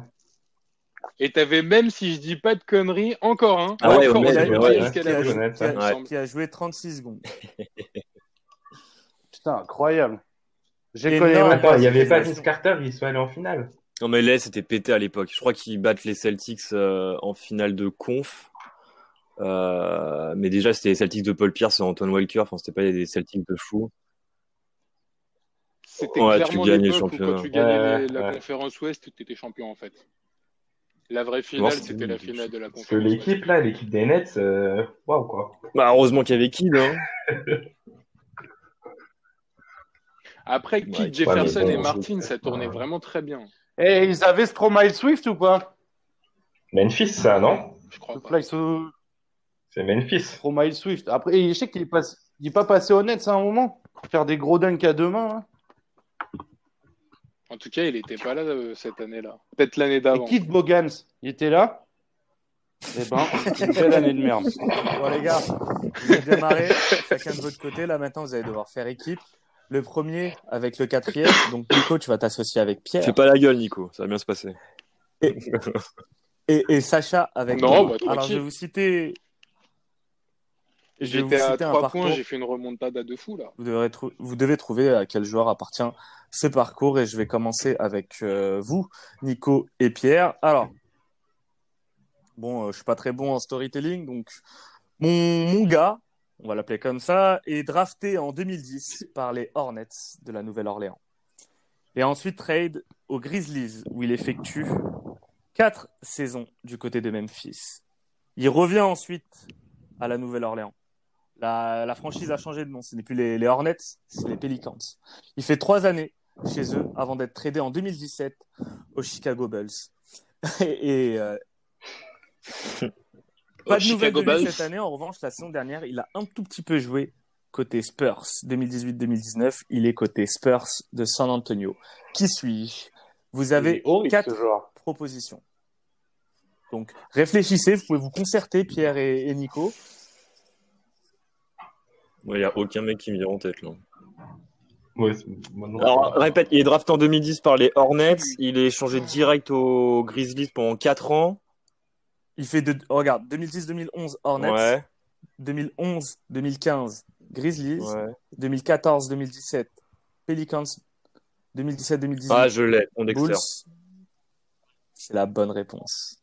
C: Et t'avais même, si je dis pas de conneries, encore un.
D: Ah ouais,
C: encore
D: Omel,
C: un
D: ouais,
C: Omel,
D: ouais,
C: parce qu'elle
E: qui, a
C: a-
B: ouais.
E: joué, qui a-
D: Ouais.
E: qui a joué 36 secondes.
A: Putain, incroyable. J'ai
E: Énorme.
A: connais même
B: Attends,
A: pas.
B: il n'y avait pas
E: c'est-
B: Vince Carter, ils sont allés en finale.
D: Non, mais les c'était pété à l'époque. Je crois qu'ils battent les Celtics euh, en finale de conf. Euh, mais déjà, c'était les Celtics de Paul Pierce et Antoine Walker. Enfin, c'était pas des Celtics de fou.
C: C'était
D: Ouais, tu
C: clairement
D: gagnes le
C: l'époque où
D: championnat.
C: quand tu gagnais
B: Ouais,
C: les- la
B: ouais.
C: conférence Ouest, t'étais champion en fait. La vraie finale,
D: c'était
C: c'était la
D: une-
C: finale de la
B: Parce que
C: conférence. Ouest.
B: l'équipe, là, l'équipe des Nets, euh, waouh, quoi.
D: Bah, heureusement qu'il y avait Kidd. Hein.
C: Après, Keith
D: Ouais,
B: ouais,
C: Jefferson
B: mais
C: et
B: bon,
C: Martin, ça tournait
B: ouais.
C: vraiment très bien.
A: Et ils avaient Stromae Swift ou pas
B: Memphis, ça, non
C: Je crois pas.
A: Là, ils sont-
B: C'est Memphis.
A: Stromae Swift. Après, et je sais qu'il est pas, il est pas passé honnête, ça, un moment. Faire des gros dunks à deux mains. hein.
C: En tout cas, il était pas là euh, cette année-là. Peut-être l'année
A: Et
C: d'avant.
A: Kid Bogans, il était là. Eh ben, une belle année de merde.
E: Bon, les gars, vous avez démarré, chacun de votre côté. Là, maintenant, vous allez devoir faire équipe. Le premier avec le quatrième. Donc, Nico, tu vas t'associer avec Pierre.
D: Fais pas la gueule, Nico. Ça va bien se passer.
E: Et, et Sacha avec
C: Non,
E: Thomas.
C: bah, tranquille.
E: Alors, je vais vous citer. Je vais vous
C: J'étais à
E: citer un
C: 3
E: parcours.
C: points, j'ai fait une remontada de fou là.
E: Vous, devrez trou- vous devez trouver à quel joueur appartient ce parcours et je vais commencer avec euh, vous, Nico et Pierre. Alors, bon, euh, je suis pas très bon en storytelling, donc mon, mon gars, on va l'appeler comme ça, est drafté en 2010 par les Hornets de la Nouvelle-Orléans. Et ensuite trade aux Grizzlies où il effectue quatre saisons du côté de Memphis. Il revient ensuite à la Nouvelle-Orléans. La, la franchise a changé de nom. Ce n'est plus les, les Hornets, c'est les Pelicans. Il fait trois années chez eux avant d'être tradé en 2017 aux Chicago Bulls. Et, et, euh, pas
C: Aux
E: de nouvelles
C: Chicago
E: de lui
C: Bulls.
E: cette année. En revanche, la saison dernière, il a un tout petit peu joué côté Spurs. 2018-2019, il est côté Spurs de San Antonio. Qui suis-je Vous avez
A: horrible,
E: quatre
A: ce genre.
E: propositions. Donc, réfléchissez. Vous pouvez vous concerter, Pierre et- et Nico.
D: Il n'y a aucun mec qui me vient en tête là.
B: Ouais, c'est- moi non.
D: Alors, répète, il est drafté en 2010 par les Hornets. Il est échangé direct aux Grizzlies pendant 4 ans.
E: Il fait de, oh, regarde, 2010-2011 Hornets,
D: Ouais,
E: 2011-2015 Grizzlies,
D: ouais.
E: 2014-2017 Pelicans, 2017-2018
D: Ah, je l'ai, mon Dexter.
E: Bulls. C'est la bonne réponse.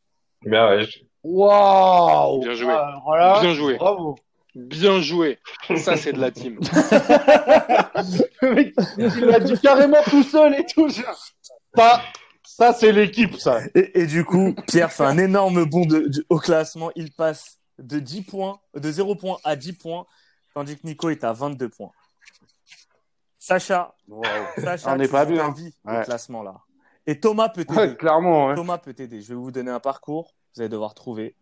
B: Bah ouais, je-
A: Waouh
C: Bien joué.
A: Ah, voilà.
C: Bien joué.
A: Bravo.
C: Bien joué. Ça, c'est de la team.
A: Le mec, il l'a dit carrément tout seul et tout. Ça, ça c'est l'équipe, ça.
E: Et, et du coup, Pierre fait un énorme bond de- de- au classement. Il passe de 10 points, de 0 points à 10 points, tandis que Nico est à 22 points. Sacha, Sacha
A: On n'est
E: tu
A: pas
E: joues
A: bien.
E: ta vie
A: Ouais.
E: au classement là. Et Thomas peut t'aider.
A: Ouais, clairement. hein.
E: Thomas peut t'aider. Je vais vous donner un parcours. Vous allez devoir trouver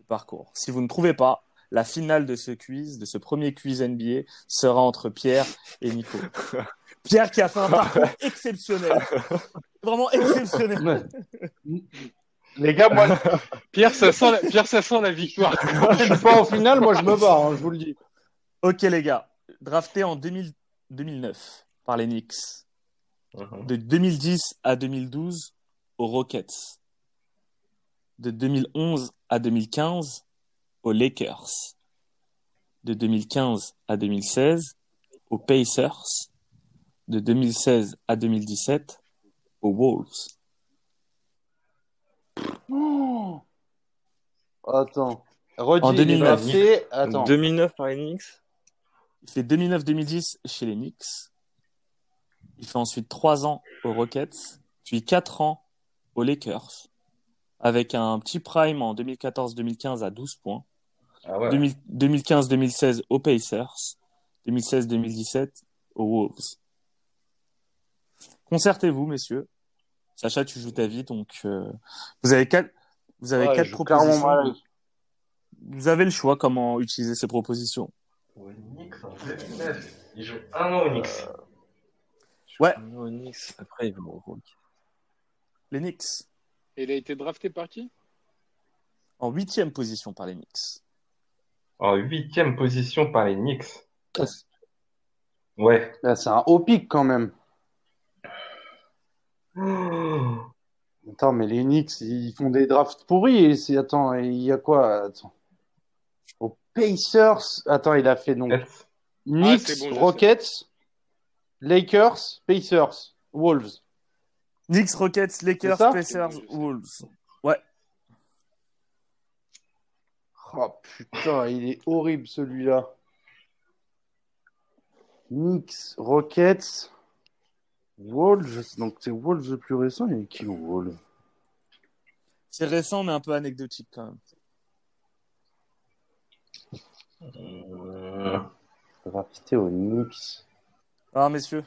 E: le parcours. Si vous ne trouvez pas, la finale de ce quiz, de ce premier quiz NBA, sera entre Pierre et Nico. Pierre qui a fait un parcours exceptionnel. Vraiment exceptionnel.
A: Les gars, moi,
C: Pierre, ça sent la, Pierre, ça sent la victoire.
A: je suis pas en finale, moi je me barre, hein, je vous le dis.
E: Ok les gars, drafté en 2000 2009 par les Knicks.
B: Mhm.
E: De 2010 à 2012 aux Rockets. De 2011 à 2015 aux Lakers. De 2015 à 2016 aux Pacers. De 2016 à 2017 aux Wolves.
A: Attends. Redis,
E: En
A: il est
E: 2009.
A: drafté. Attends.
D: Donc, 2009 par les Knicks.
E: Il fait 2009-2010 chez les Knicks. Il fait ensuite 3 ans aux Rockets, puis 4 ans aux Lakers, avec un petit prime en 2014-2015 à 12 points,
B: Ah ouais.
E: 2000- 2015-2016 aux Pacers, 2016-2017 aux Wolves. Concertez-vous, messieurs. Sacha, tu joues ta vie, donc euh, vous avez quatre, vous avez
A: Ouais,
E: quatre
A: je joue clairement
E: propositions.
A: mal.
E: Vous avez le choix comment utiliser ces propositions.
B: Au Knicks, en 2009. Il joue un an au Knicks.
E: Ouais.
D: Aux Knicks. Après, il va au Rockets.
E: Les Knicks.
C: Et il a été drafté par qui
E: en huitième position par les Knicks.
B: En huitième position par les Knicks. Ouais.
A: Là, c'est un haut pic quand même. Attends, mais les Knicks, ils font des drafts pourris. Et c'est... Attends, et il y a quoi Attends. Aux Pacers. Attends, il a fait donc
B: Est-ce-
A: Knicks,
C: Ah, c'est bon, je sais.
A: Rockets, Lakers, Pacers, Wolves.
E: Knicks, Rockets, Lakers,
A: ça
E: Pacers,
C: C'est bon, je sais.
E: Wolves.
A: Oh putain, il est horrible celui-là. Knicks, Rockets, Wolves. Donc c'est Wolves le plus récent. Il y a qui au Wolves
E: C'est récent, mais un peu anecdotique quand même.
B: Euh,
A: Drafté aux Knicks.
E: Alors, messieurs,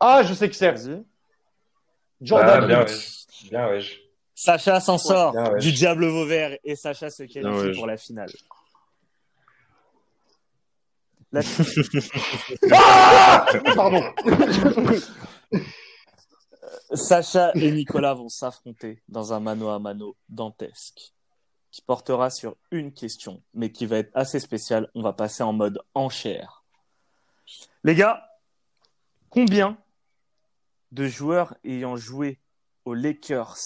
A: Ah, je sais que c'est.
E: vas-y.
B: Ah,
A: Jordan
B: bien,
A: Hicks.
B: ouais. Bien, ouais. je-
E: Sacha s'en sort
B: bien, ouais.
E: du Diable Vauvert et Sacha se qualifie
D: Bien, ouais,
E: pour
D: je-
E: la finale. La-
A: Pardon.
E: Sacha et Nicolas vont s'affronter dans un mano à mano dantesque qui portera sur une question, mais qui va être assez spéciale. On va passer en mode enchère. Les gars, combien de joueurs ayant joué aux Lakers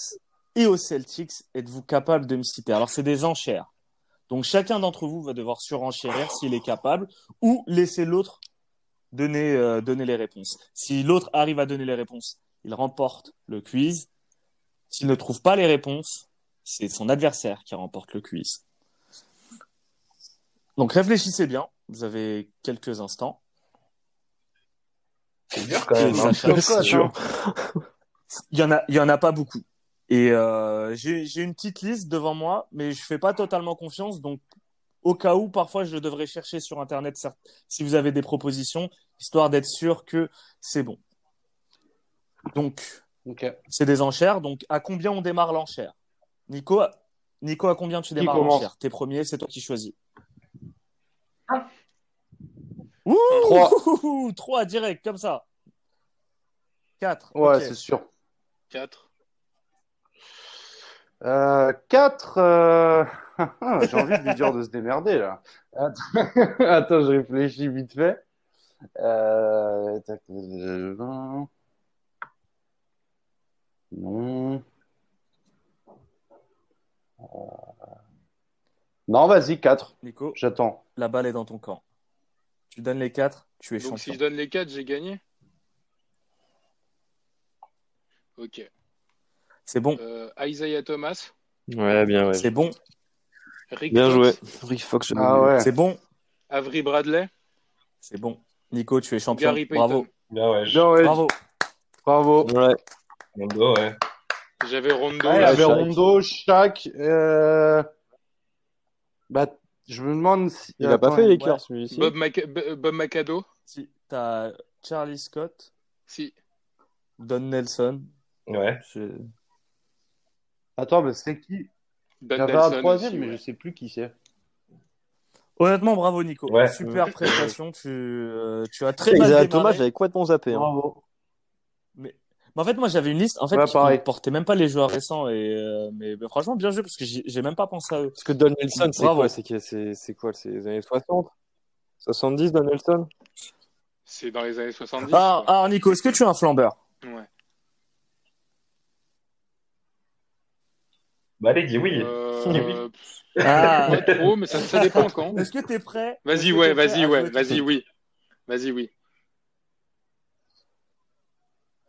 E: et aux Celtics êtes-vous capable de me citer Alors, c'est des enchères. Donc, chacun d'entre vous va devoir surenchérir s'il est capable ou laisser l'autre donner, euh, donner les réponses. Si l'autre arrive à donner les réponses, il remporte le quiz. S'il ne trouve pas les réponses, c'est son adversaire qui remporte le quiz. Donc réfléchissez bien, vous avez quelques instants.
B: C'est dur quand même.
E: Et
B: hein.
E: ça
A: C'est
E: chasse.
A: dur.
E: il y en a, il y en a pas beaucoup. Et euh, j'ai j'ai une petite liste devant moi, mais je fais pas totalement confiance. Donc au cas où, parfois, je devrais chercher sur internet certes, si vous avez des propositions, histoire d'être sûr que c'est bon. Donc
A: Ok.
E: c'est des enchères. Donc, à combien on démarre l'enchère Nico, à- Nico, à combien tu démarres
A: commence
E: l'enchère T'es premier, c'est toi qui choisis.
B: Ah.
E: Ouh,
A: Trois.
E: ouh, Trois direct, comme ça. Quatre.
A: Ouais,
E: ok.
A: c'est sûr.
C: 4.
A: Euh, 4. euh, ah, J'ai envie de lui dire de se démerder là. Attends, Attends, je réfléchis vite fait. Euh... tac, euh, vingt. Non. Euh, Non, vas-y, 4.
E: Nico,
A: J'attends.
E: la balle est dans ton camp. Tu donnes les quatre, tu es
C: Donc si
E: champion.
C: je donne les 4, j'ai gagné Ok.
E: C'est bon,
C: Euh, Isaiah Thomas,
D: Ouais, bien, ouais.
E: c'est bon,
C: Rick
D: Bien joué.
C: Fox,
D: Rick Fox, je
A: Ah ouais.
E: c'est bon,
C: Avery Bradley,
E: c'est bon. Nico, tu es champion.
C: Gary Payton.
E: Bravo.
B: Bien, ouais. je-
A: Bien, ouais,
E: Bravo.
A: bravo.
D: Ouais.
B: Mon dos, ouais.
C: J'avais Rondo.
A: Ouais, il y
D: la
A: avait
D: Shaq.
A: Rondo, Shaq. euh, Bah, je me demande si.
D: Il a pas
A: Attends,
D: fait les Lakers, celui-ci.
C: Bob, Mac- B- euh, Bob Macado.
E: Si, T'as Charlie Scott,
C: Si.
E: Don Nelson.
B: Ouais.
E: je-
A: Attends, mais c'est qui
C: Don
A: J'avais un
C: Ben Nelson
A: troisième,
C: aussi,
A: mais
C: ouais.
A: je sais plus qui c'est.
E: Honnêtement, bravo Nico.
B: Ouais.
E: Super prestation. Tu, euh, tu as très
D: Isaiah
E: mal démarré.
D: Thomas, j'avais complètement zappé. hein.
A: Bravo.
E: Mais en fait, moi, j'avais une liste. En fait,
A: Ouais,
E: qui
A: pareil.
E: portait même pas les joueurs récents. Et euh, mais, mais franchement, bien joué parce que j'y- j'ai même pas pensé à eux.
D: Parce que Don Nelson, c'est
E: Bravo.
D: quoi C'est que- c'est- c'est quoi C'est les années 60 70, Don Nelson
C: C'est dans les années 70.
E: Ah,
C: quoi.
E: ah, Nico, est-ce que tu es un flambeur
C: Ouais.
B: Bah, allez, dis oui.
C: Euh, pff,
E: Ah.
C: pas trop, mais ça, ça dépend quand.
E: Est-ce que t'es prêt Est-ce
C: Vas-y,
E: que
C: ouais,
E: t'es prêt
C: vas-y,
E: à
C: ouais,
E: jouer tout
C: vas-y,
E: de suite
C: oui. Vas-y, oui.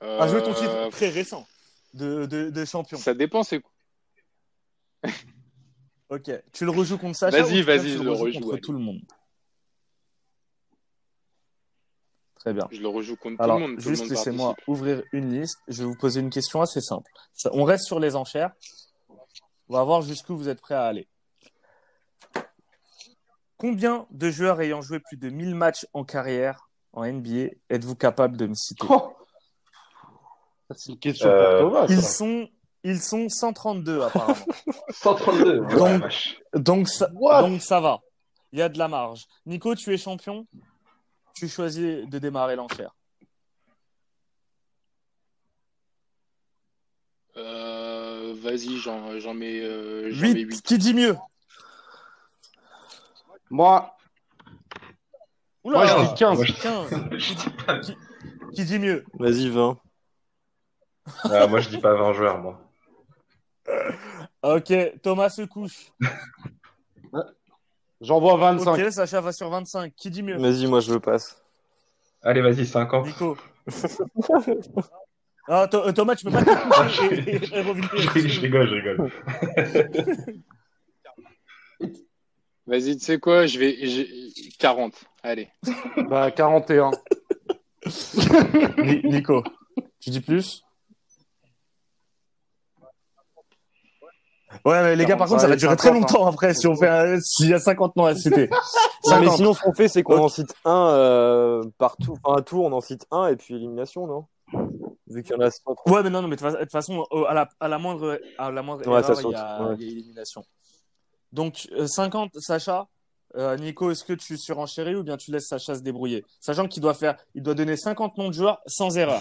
C: Euh,
E: À Ah, jouer ton titre très récent de, de, de champion.
C: Ça dépend, c'est quoi
E: Ok. Tu le rejoues contre Sacha
C: Vas-y,
E: ou tu-
C: vas-y,
E: tu
C: je le
E: rejoues
C: rejoue,
E: contre
C: allez.
E: tout le monde. Très bien.
C: Je le rejoue contre
E: Alors,
C: tout le monde. tout le
E: juste
C: monde
E: laissez-moi
C: participe.
E: ouvrir une liste. Je vais vous poser une question assez simple. Ça- on reste sur les enchères. On va voir jusqu'où vous êtes prêts à aller. Combien de joueurs ayant joué plus de 1000 matchs en carrière en NBA êtes-vous capable de me citer
A: Oh Ça, c'est une question
B: Euh,
A: pour Thomas.
E: ils
A: ça.
E: sont, ils sont 132 apparemment.
B: 132. Ouais,
E: Donc-
B: Ah, vache.
E: donc, ça,
A: What
E: donc ça va. Il y a de la marge. Nico, tu es champion. Tu choisis de démarrer l'enchère.
C: Euh, vas-y, j'en, j'en mets, euh, j'en mets
E: 8.
C: 8.
E: Qui dit mieux
A: Moi,
E: Oula,
A: Moi, j'en dis 15.
B: Ah. Moi, je-
E: 15. Qui- qui dit mieux
D: Vas-y, 20.
B: Ah, moi, je dis pas 20 joueurs, moi.
E: Ok, Thomas se couche.
A: j'envoie 25.
E: Ok, Sacha va sur 25. Qui dit mieux
D: Vas-y, moi, je le passe.
B: Allez, vas-y, 50.
E: Nico. Ah, Tho- euh, Thomas, tu peux pas te
B: Ah,
E: coucher et- et- et revenir.
B: je rigole, je rigole.
C: Vas-y, tu sais quoi, je vais. j'ai- 40. Allez.
A: Bah, 41.
E: Ni- Nico, tu dis plus Ouais, mais les gars, par contre, ça va durer très longtemps après si on fait un- s'il y a 50 noms à citer.
D: Non, mais
E: 50.
D: sinon, ce qu'on fait, c'est qu'on
E: Ok.
D: en cite un euh, partout. Enfin, à tour, on en cite un et puis élimination, non Vu qu'il y en a 130.
E: Ouais, mais non, non, mais de toute façon, euh, à la, à la moindre, à la moindre
D: Ouais, ça
E: erreur, il y, a,
D: saute, ouais.
E: il y a élimination. Donc, euh, 50, Sacha. Euh, Nico, est-ce que tu surenchéris ou bien tu laisses Sacha se débrouiller Sachant qu'il doit faire, il doit donner 50 noms de joueurs sans erreur.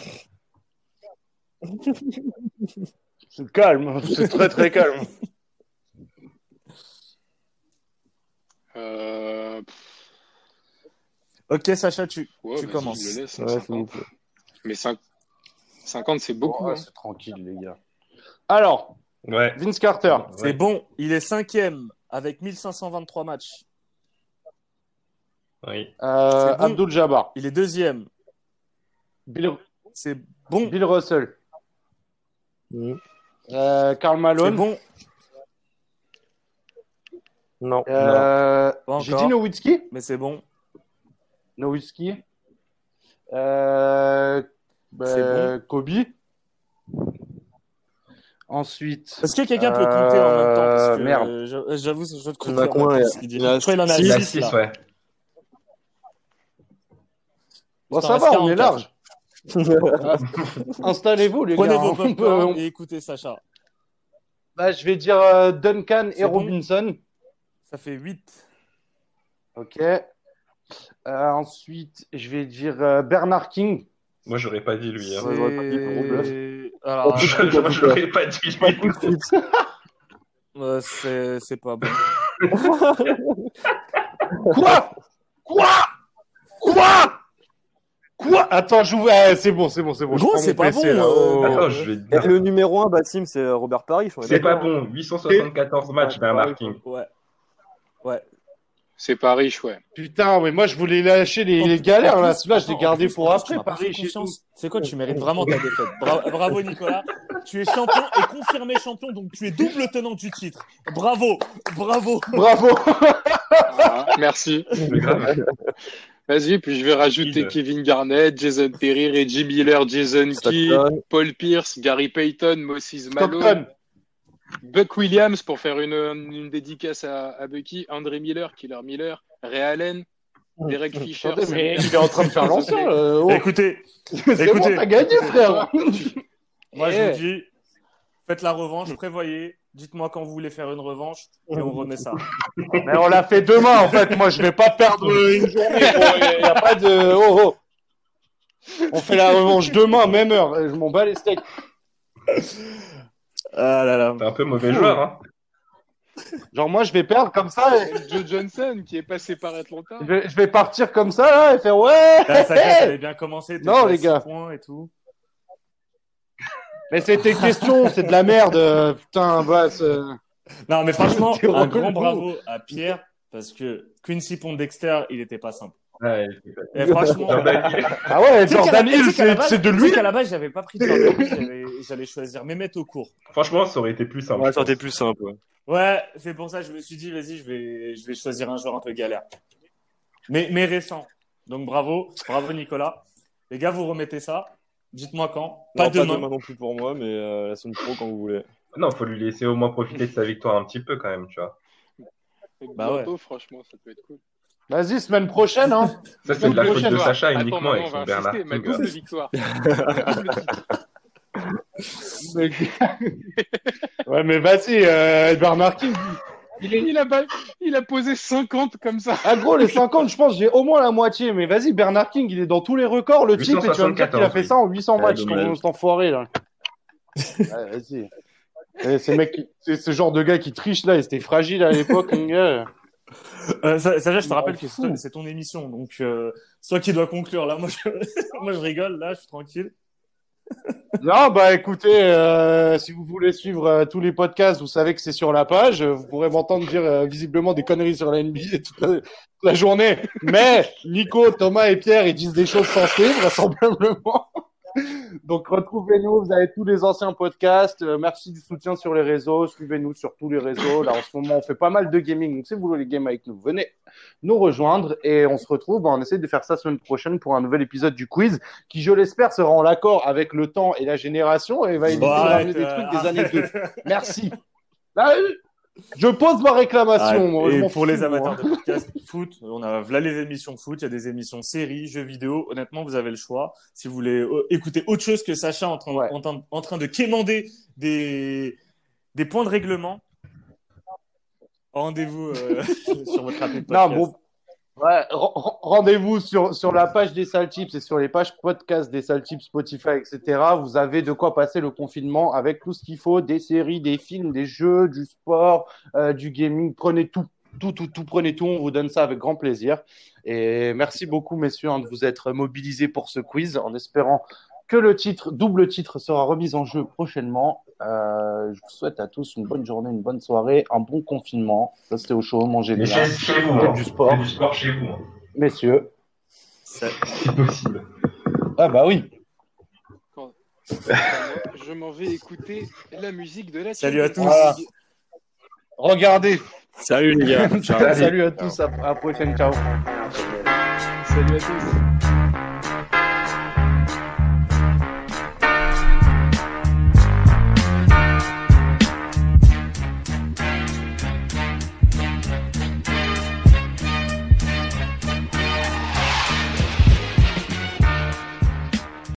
A: C'est calme, c'est très très calme.
C: Euh, pff,
E: Ok, Sacha, tu,
C: ouais,
E: tu
C: vas-y,
E: commences.
C: je le laisse, hein,
A: Ouais,
C: 50.
A: s'il vous plaît.
C: Mais cinq- 50, c'est beaucoup.
A: Ouais,
C: hein.
A: c'est tranquille, les gars. Alors,
B: Ouais.
A: Vince Carter.
E: C'est bon, il est cinquième avec 1523 matchs.
B: Oui.
A: Euh,
E: C'est bon.
A: Abdul Jabbar.
E: Il est deuxième.
A: Bill,
E: C'est bon.
A: Bill Russell.
D: Mm.
A: Euh, Karl
E: C'est
A: Malone.
E: bon.
D: Non.
A: Euh,
E: Pas
A: J'ai
E: encore.
A: dit Nowitzki
E: Mais c'est bon.
A: Nowitzki. Euh,
E: C'est
A: euh, Kobe. Ensuite.
E: Est-ce que quelqu'un peut compter en même temps Parce que,
A: Euh, merde.
E: euh, j'a- J'avoue, je ne
D: On
E: comprends
D: a
E: pas
D: combien,
E: tout ce qu'il dit.
D: il a
E: Je crois qu'il en a
D: six,
B: Il a
E: six,
B: 6,
E: là.
B: ouais.
A: Bon,
E: Putain,
A: ça
E: reste
A: va, on est
E: 44.
A: large. Installez-vous, les
E: Prenez
A: gars.
E: vos
A: hein. On peut-
E: popcorn
A: on-
E: et écoutez Sacha.
A: Bah, je vais dire euh, Duncan et
E: C'est bon
A: Robinson.
E: Ça fait 8.
A: Ok. Euh, ensuite, je vais dire euh, Bernard King.
B: Moi, j'aurais pas dit lui. Hein.
A: Ouais, j'aurais pas dit le gros
E: Alors,
B: Moi, j'aurais Oh, pas dit lui.
E: euh, c'est c'est pas bon.
A: Quoi Quoi Quoi Quoi Attends, je vous- eh, c'est bon, c'est bon, c'est bon. je
E: Gros,
A: prends
E: c'est
A: mon
E: pas
A: PC,
E: bon,
A: là.
E: euh,
B: Attends, je vais
D: Et
B: dire.
D: le numéro 1, Bassim, c'est euh, Robert Paris. je crois,
B: C'est pas
D: d'accord.
B: bon. 874 matchs, Bernard King.
E: Ouais.
C: hein. C'est pas riche, ouais.
A: Putain, mais moi je voulais lâcher les, les galères là. Celui-là, je l'ai gardé pour après. Paris,
E: Paris,
A: chez nous.
E: C'est quoi Tu mérites vraiment ta défaite. Bra- bravo, Nicolas. Tu es champion et confirmé champion, donc tu es double tenant du titre. Bravo, bravo.
A: Bravo
C: Ah, merci.
B: C'est grave.
C: Vas-y, puis je vais rajouter
B: Kid.
C: Kevin Garnett, Jason Terry, Reggie Miller, Jason Kidd,
D: Stockton.
C: Paul Pierce, Gary Payton, Moses Malone,
A: Stockton.
C: Buck Williams pour faire une, une dédicace à, à Bucky, André Miller, Killer Miller, Ray Allen, Derek Fisher.
A: Attendez,
C: Sam
A: mais
C: Cassell.
A: il est en train de faire l'ancien. là. Oh.
E: Bah, Écoutez,
A: C'est bon,
E: écoutez.
A: t'as gagné, frère.
E: Moi,
A: Eh.
E: je vous dis, faites la revanche, prévoyez, dites-moi quand vous voulez faire une revanche, et on remet ça.
A: Mais on l'a fait demain en fait. Moi, je vais pas perdre euh, une journée. Il y a pas de. Oh, oh. On fait la revanche demain, même heure. Je m'en bats les steaks.
E: Ah là là.
B: T'es un peu mauvais joueur. Hein.
A: Genre, moi, je vais perdre comme ça. et
C: Joe Johnson qui est passé par Atlanta.
A: Je vais, je vais partir comme ça là et faire ouais.
E: ça avait bien commencé. t'étais
A: Non,
E: à
A: les
E: six
A: gars.
E: points et tout.
A: Mais c'était question, c'est de la merde. euh, Putain, bah, c'est-
E: Non, mais franchement,
A: C'était
E: un
A: relou.
E: grand bravo à Pierre, parce que Quincy Pondexter, il était pas simple.
B: Ouais,
E: Et franchement,
B: Jordan Hill.
A: Ah ouais,
E: Tu sais qu'à la-
A: Jordan
E: tu
A: Hill,
E: sais qu'à la
A: c'est
E: base-
A: c'est de
E: tu sais
A: lui.
E: qu'à la base, j'avais pas pris de Jordan Hill, j'avais- j'allais choisir Mehmet au cours.
B: Franchement, ça aurait été plus simple.
D: Ouais,
B: je
D: ça aurait été
B: pense.
D: plus simple. ouais.
E: Ouais, c'est pour ça que je me suis dit, vas-y, je vais, je vais choisir un joueur un peu galère. Mais, mais récent. Donc bravo, bravo Nicolas. Les gars, vous remettez ça. Dites-moi quand. Pas
D: Non,
E: demain.
D: Pas demain non plus pour moi, mais euh, la semaine pro quand vous voulez.
B: Non, faut lui laisser au moins profiter de sa victoire un petit peu quand même, tu vois.
E: Bah ouais.
C: Bientôt, franchement, ça peut être cool.
A: Vas-y, semaine prochaine, hein.
B: Ça, c'est de la
C: Double
B: faute de
C: victoire.
B: Sacha
C: Attends,
B: uniquement
C: maintenant,
B: avec
C: on va
B: son Bernard
C: insister, ma
B: King. hein.
C: double victoire.
A: ouais, mais vas-y, euh, Bernard King.
C: il, est- il a, pas- il a posé 50 comme ça.
A: Ah gros, les 50, je pense, j'ai au moins la moitié. Mais vas-y, Bernard King, il est dans tous les records, le type, et tu vas me dire qu'il a
B: 874,
A: fait ça en 800
B: oui.
A: matchs,
B: Ah,
A: ton
B: dommage.
A: cet enfoiré, là. ouais, vas-y. Eh, ces mecs qui- C'est ce genre de gars qui triche, là, et c'était fragile à l'époque, mon gars.
E: Euh, ça, ça, je te
A: On
E: rappelle
A: s'en
E: que
A: fout.
E: c'est c'est ton émission. Donc, euh, c'est toi qui dois conclure. Là, moi je, moi, je rigole. Là, je suis tranquille.
A: Non, bah écoutez, euh, si vous voulez suivre euh, tous les podcasts, vous savez que c'est sur la page. Euh, Vous pourrez m'entendre dire euh, visiblement des conneries sur la NBA toute la, toute la journée. Mais Nico, Thomas et Pierre, ils disent des choses sensées, vraisemblablement. Donc retrouvez-nous, vous avez tous les anciens podcasts. Euh, merci du soutien sur les réseaux. Suivez-nous sur tous les réseaux. Là, en ce moment, on fait pas mal de gaming. Donc si vous voulez les games avec nous, venez nous rejoindre et on se retrouve. Bah, On essaie de faire ça semaine prochaine pour un nouvel épisode du quiz qui, je l'espère, sera en accord avec le temps et la génération et va éviter
E: Bon,
A: de
E: arrête,
A: ramener des
E: euh,
A: trucs des années
E: arrête.
A: 2. Merci. Là, je pose ma réclamation. moi, je
E: Ah, et
A: m'en
E: pour
A: fous,
E: les
A: moi.
E: amateurs de podcast foot, on a voilà les émissions foot, il y a des émissions séries, jeux vidéo. Honnêtement, vous avez le choix. Si vous voulez euh, écouter autre chose que Sacha en train,
A: Ouais.
E: en, train- en train de quémander des, des points de règlement, rendez-vous euh, sur votre appli de
A: Non,
E: podcast.
A: bon. Ouais, ren- ren- rendez-vous sur, sur la page des Sales Tips et sur les pages podcast des Sales Tips, Spotify, etc. Vous avez de quoi passer le confinement avec tout ce qu'il faut, des séries, des films, des jeux, du sport, euh, du gaming. Prenez tout. tout, tout, tout, prenez tout. On vous donne ça avec grand plaisir. Et merci beaucoup, messieurs, hein, de vous être mobilisés pour ce quiz en espérant que le titre, double titre, sera remis en jeu prochainement. Euh, je vous souhaite à tous une bonne journée, une bonne soirée, un bon confinement. Restez au chaud, mangez
B: Mais
A: bien,
B: chez, chez vous,
A: faites
B: hein.
A: du sport,
B: Faites du sport chez vous, hein.
A: messieurs.
B: si possible.
A: Ah bah oui.
C: Je m'en vais écouter la musique de la
E: Salut à
C: Champions
E: tous.
C: League.
A: Regardez.
D: Salut les gars. Ciao.
A: Salut à tous. À, à la prochaine. Ciao.
C: Salut à tous.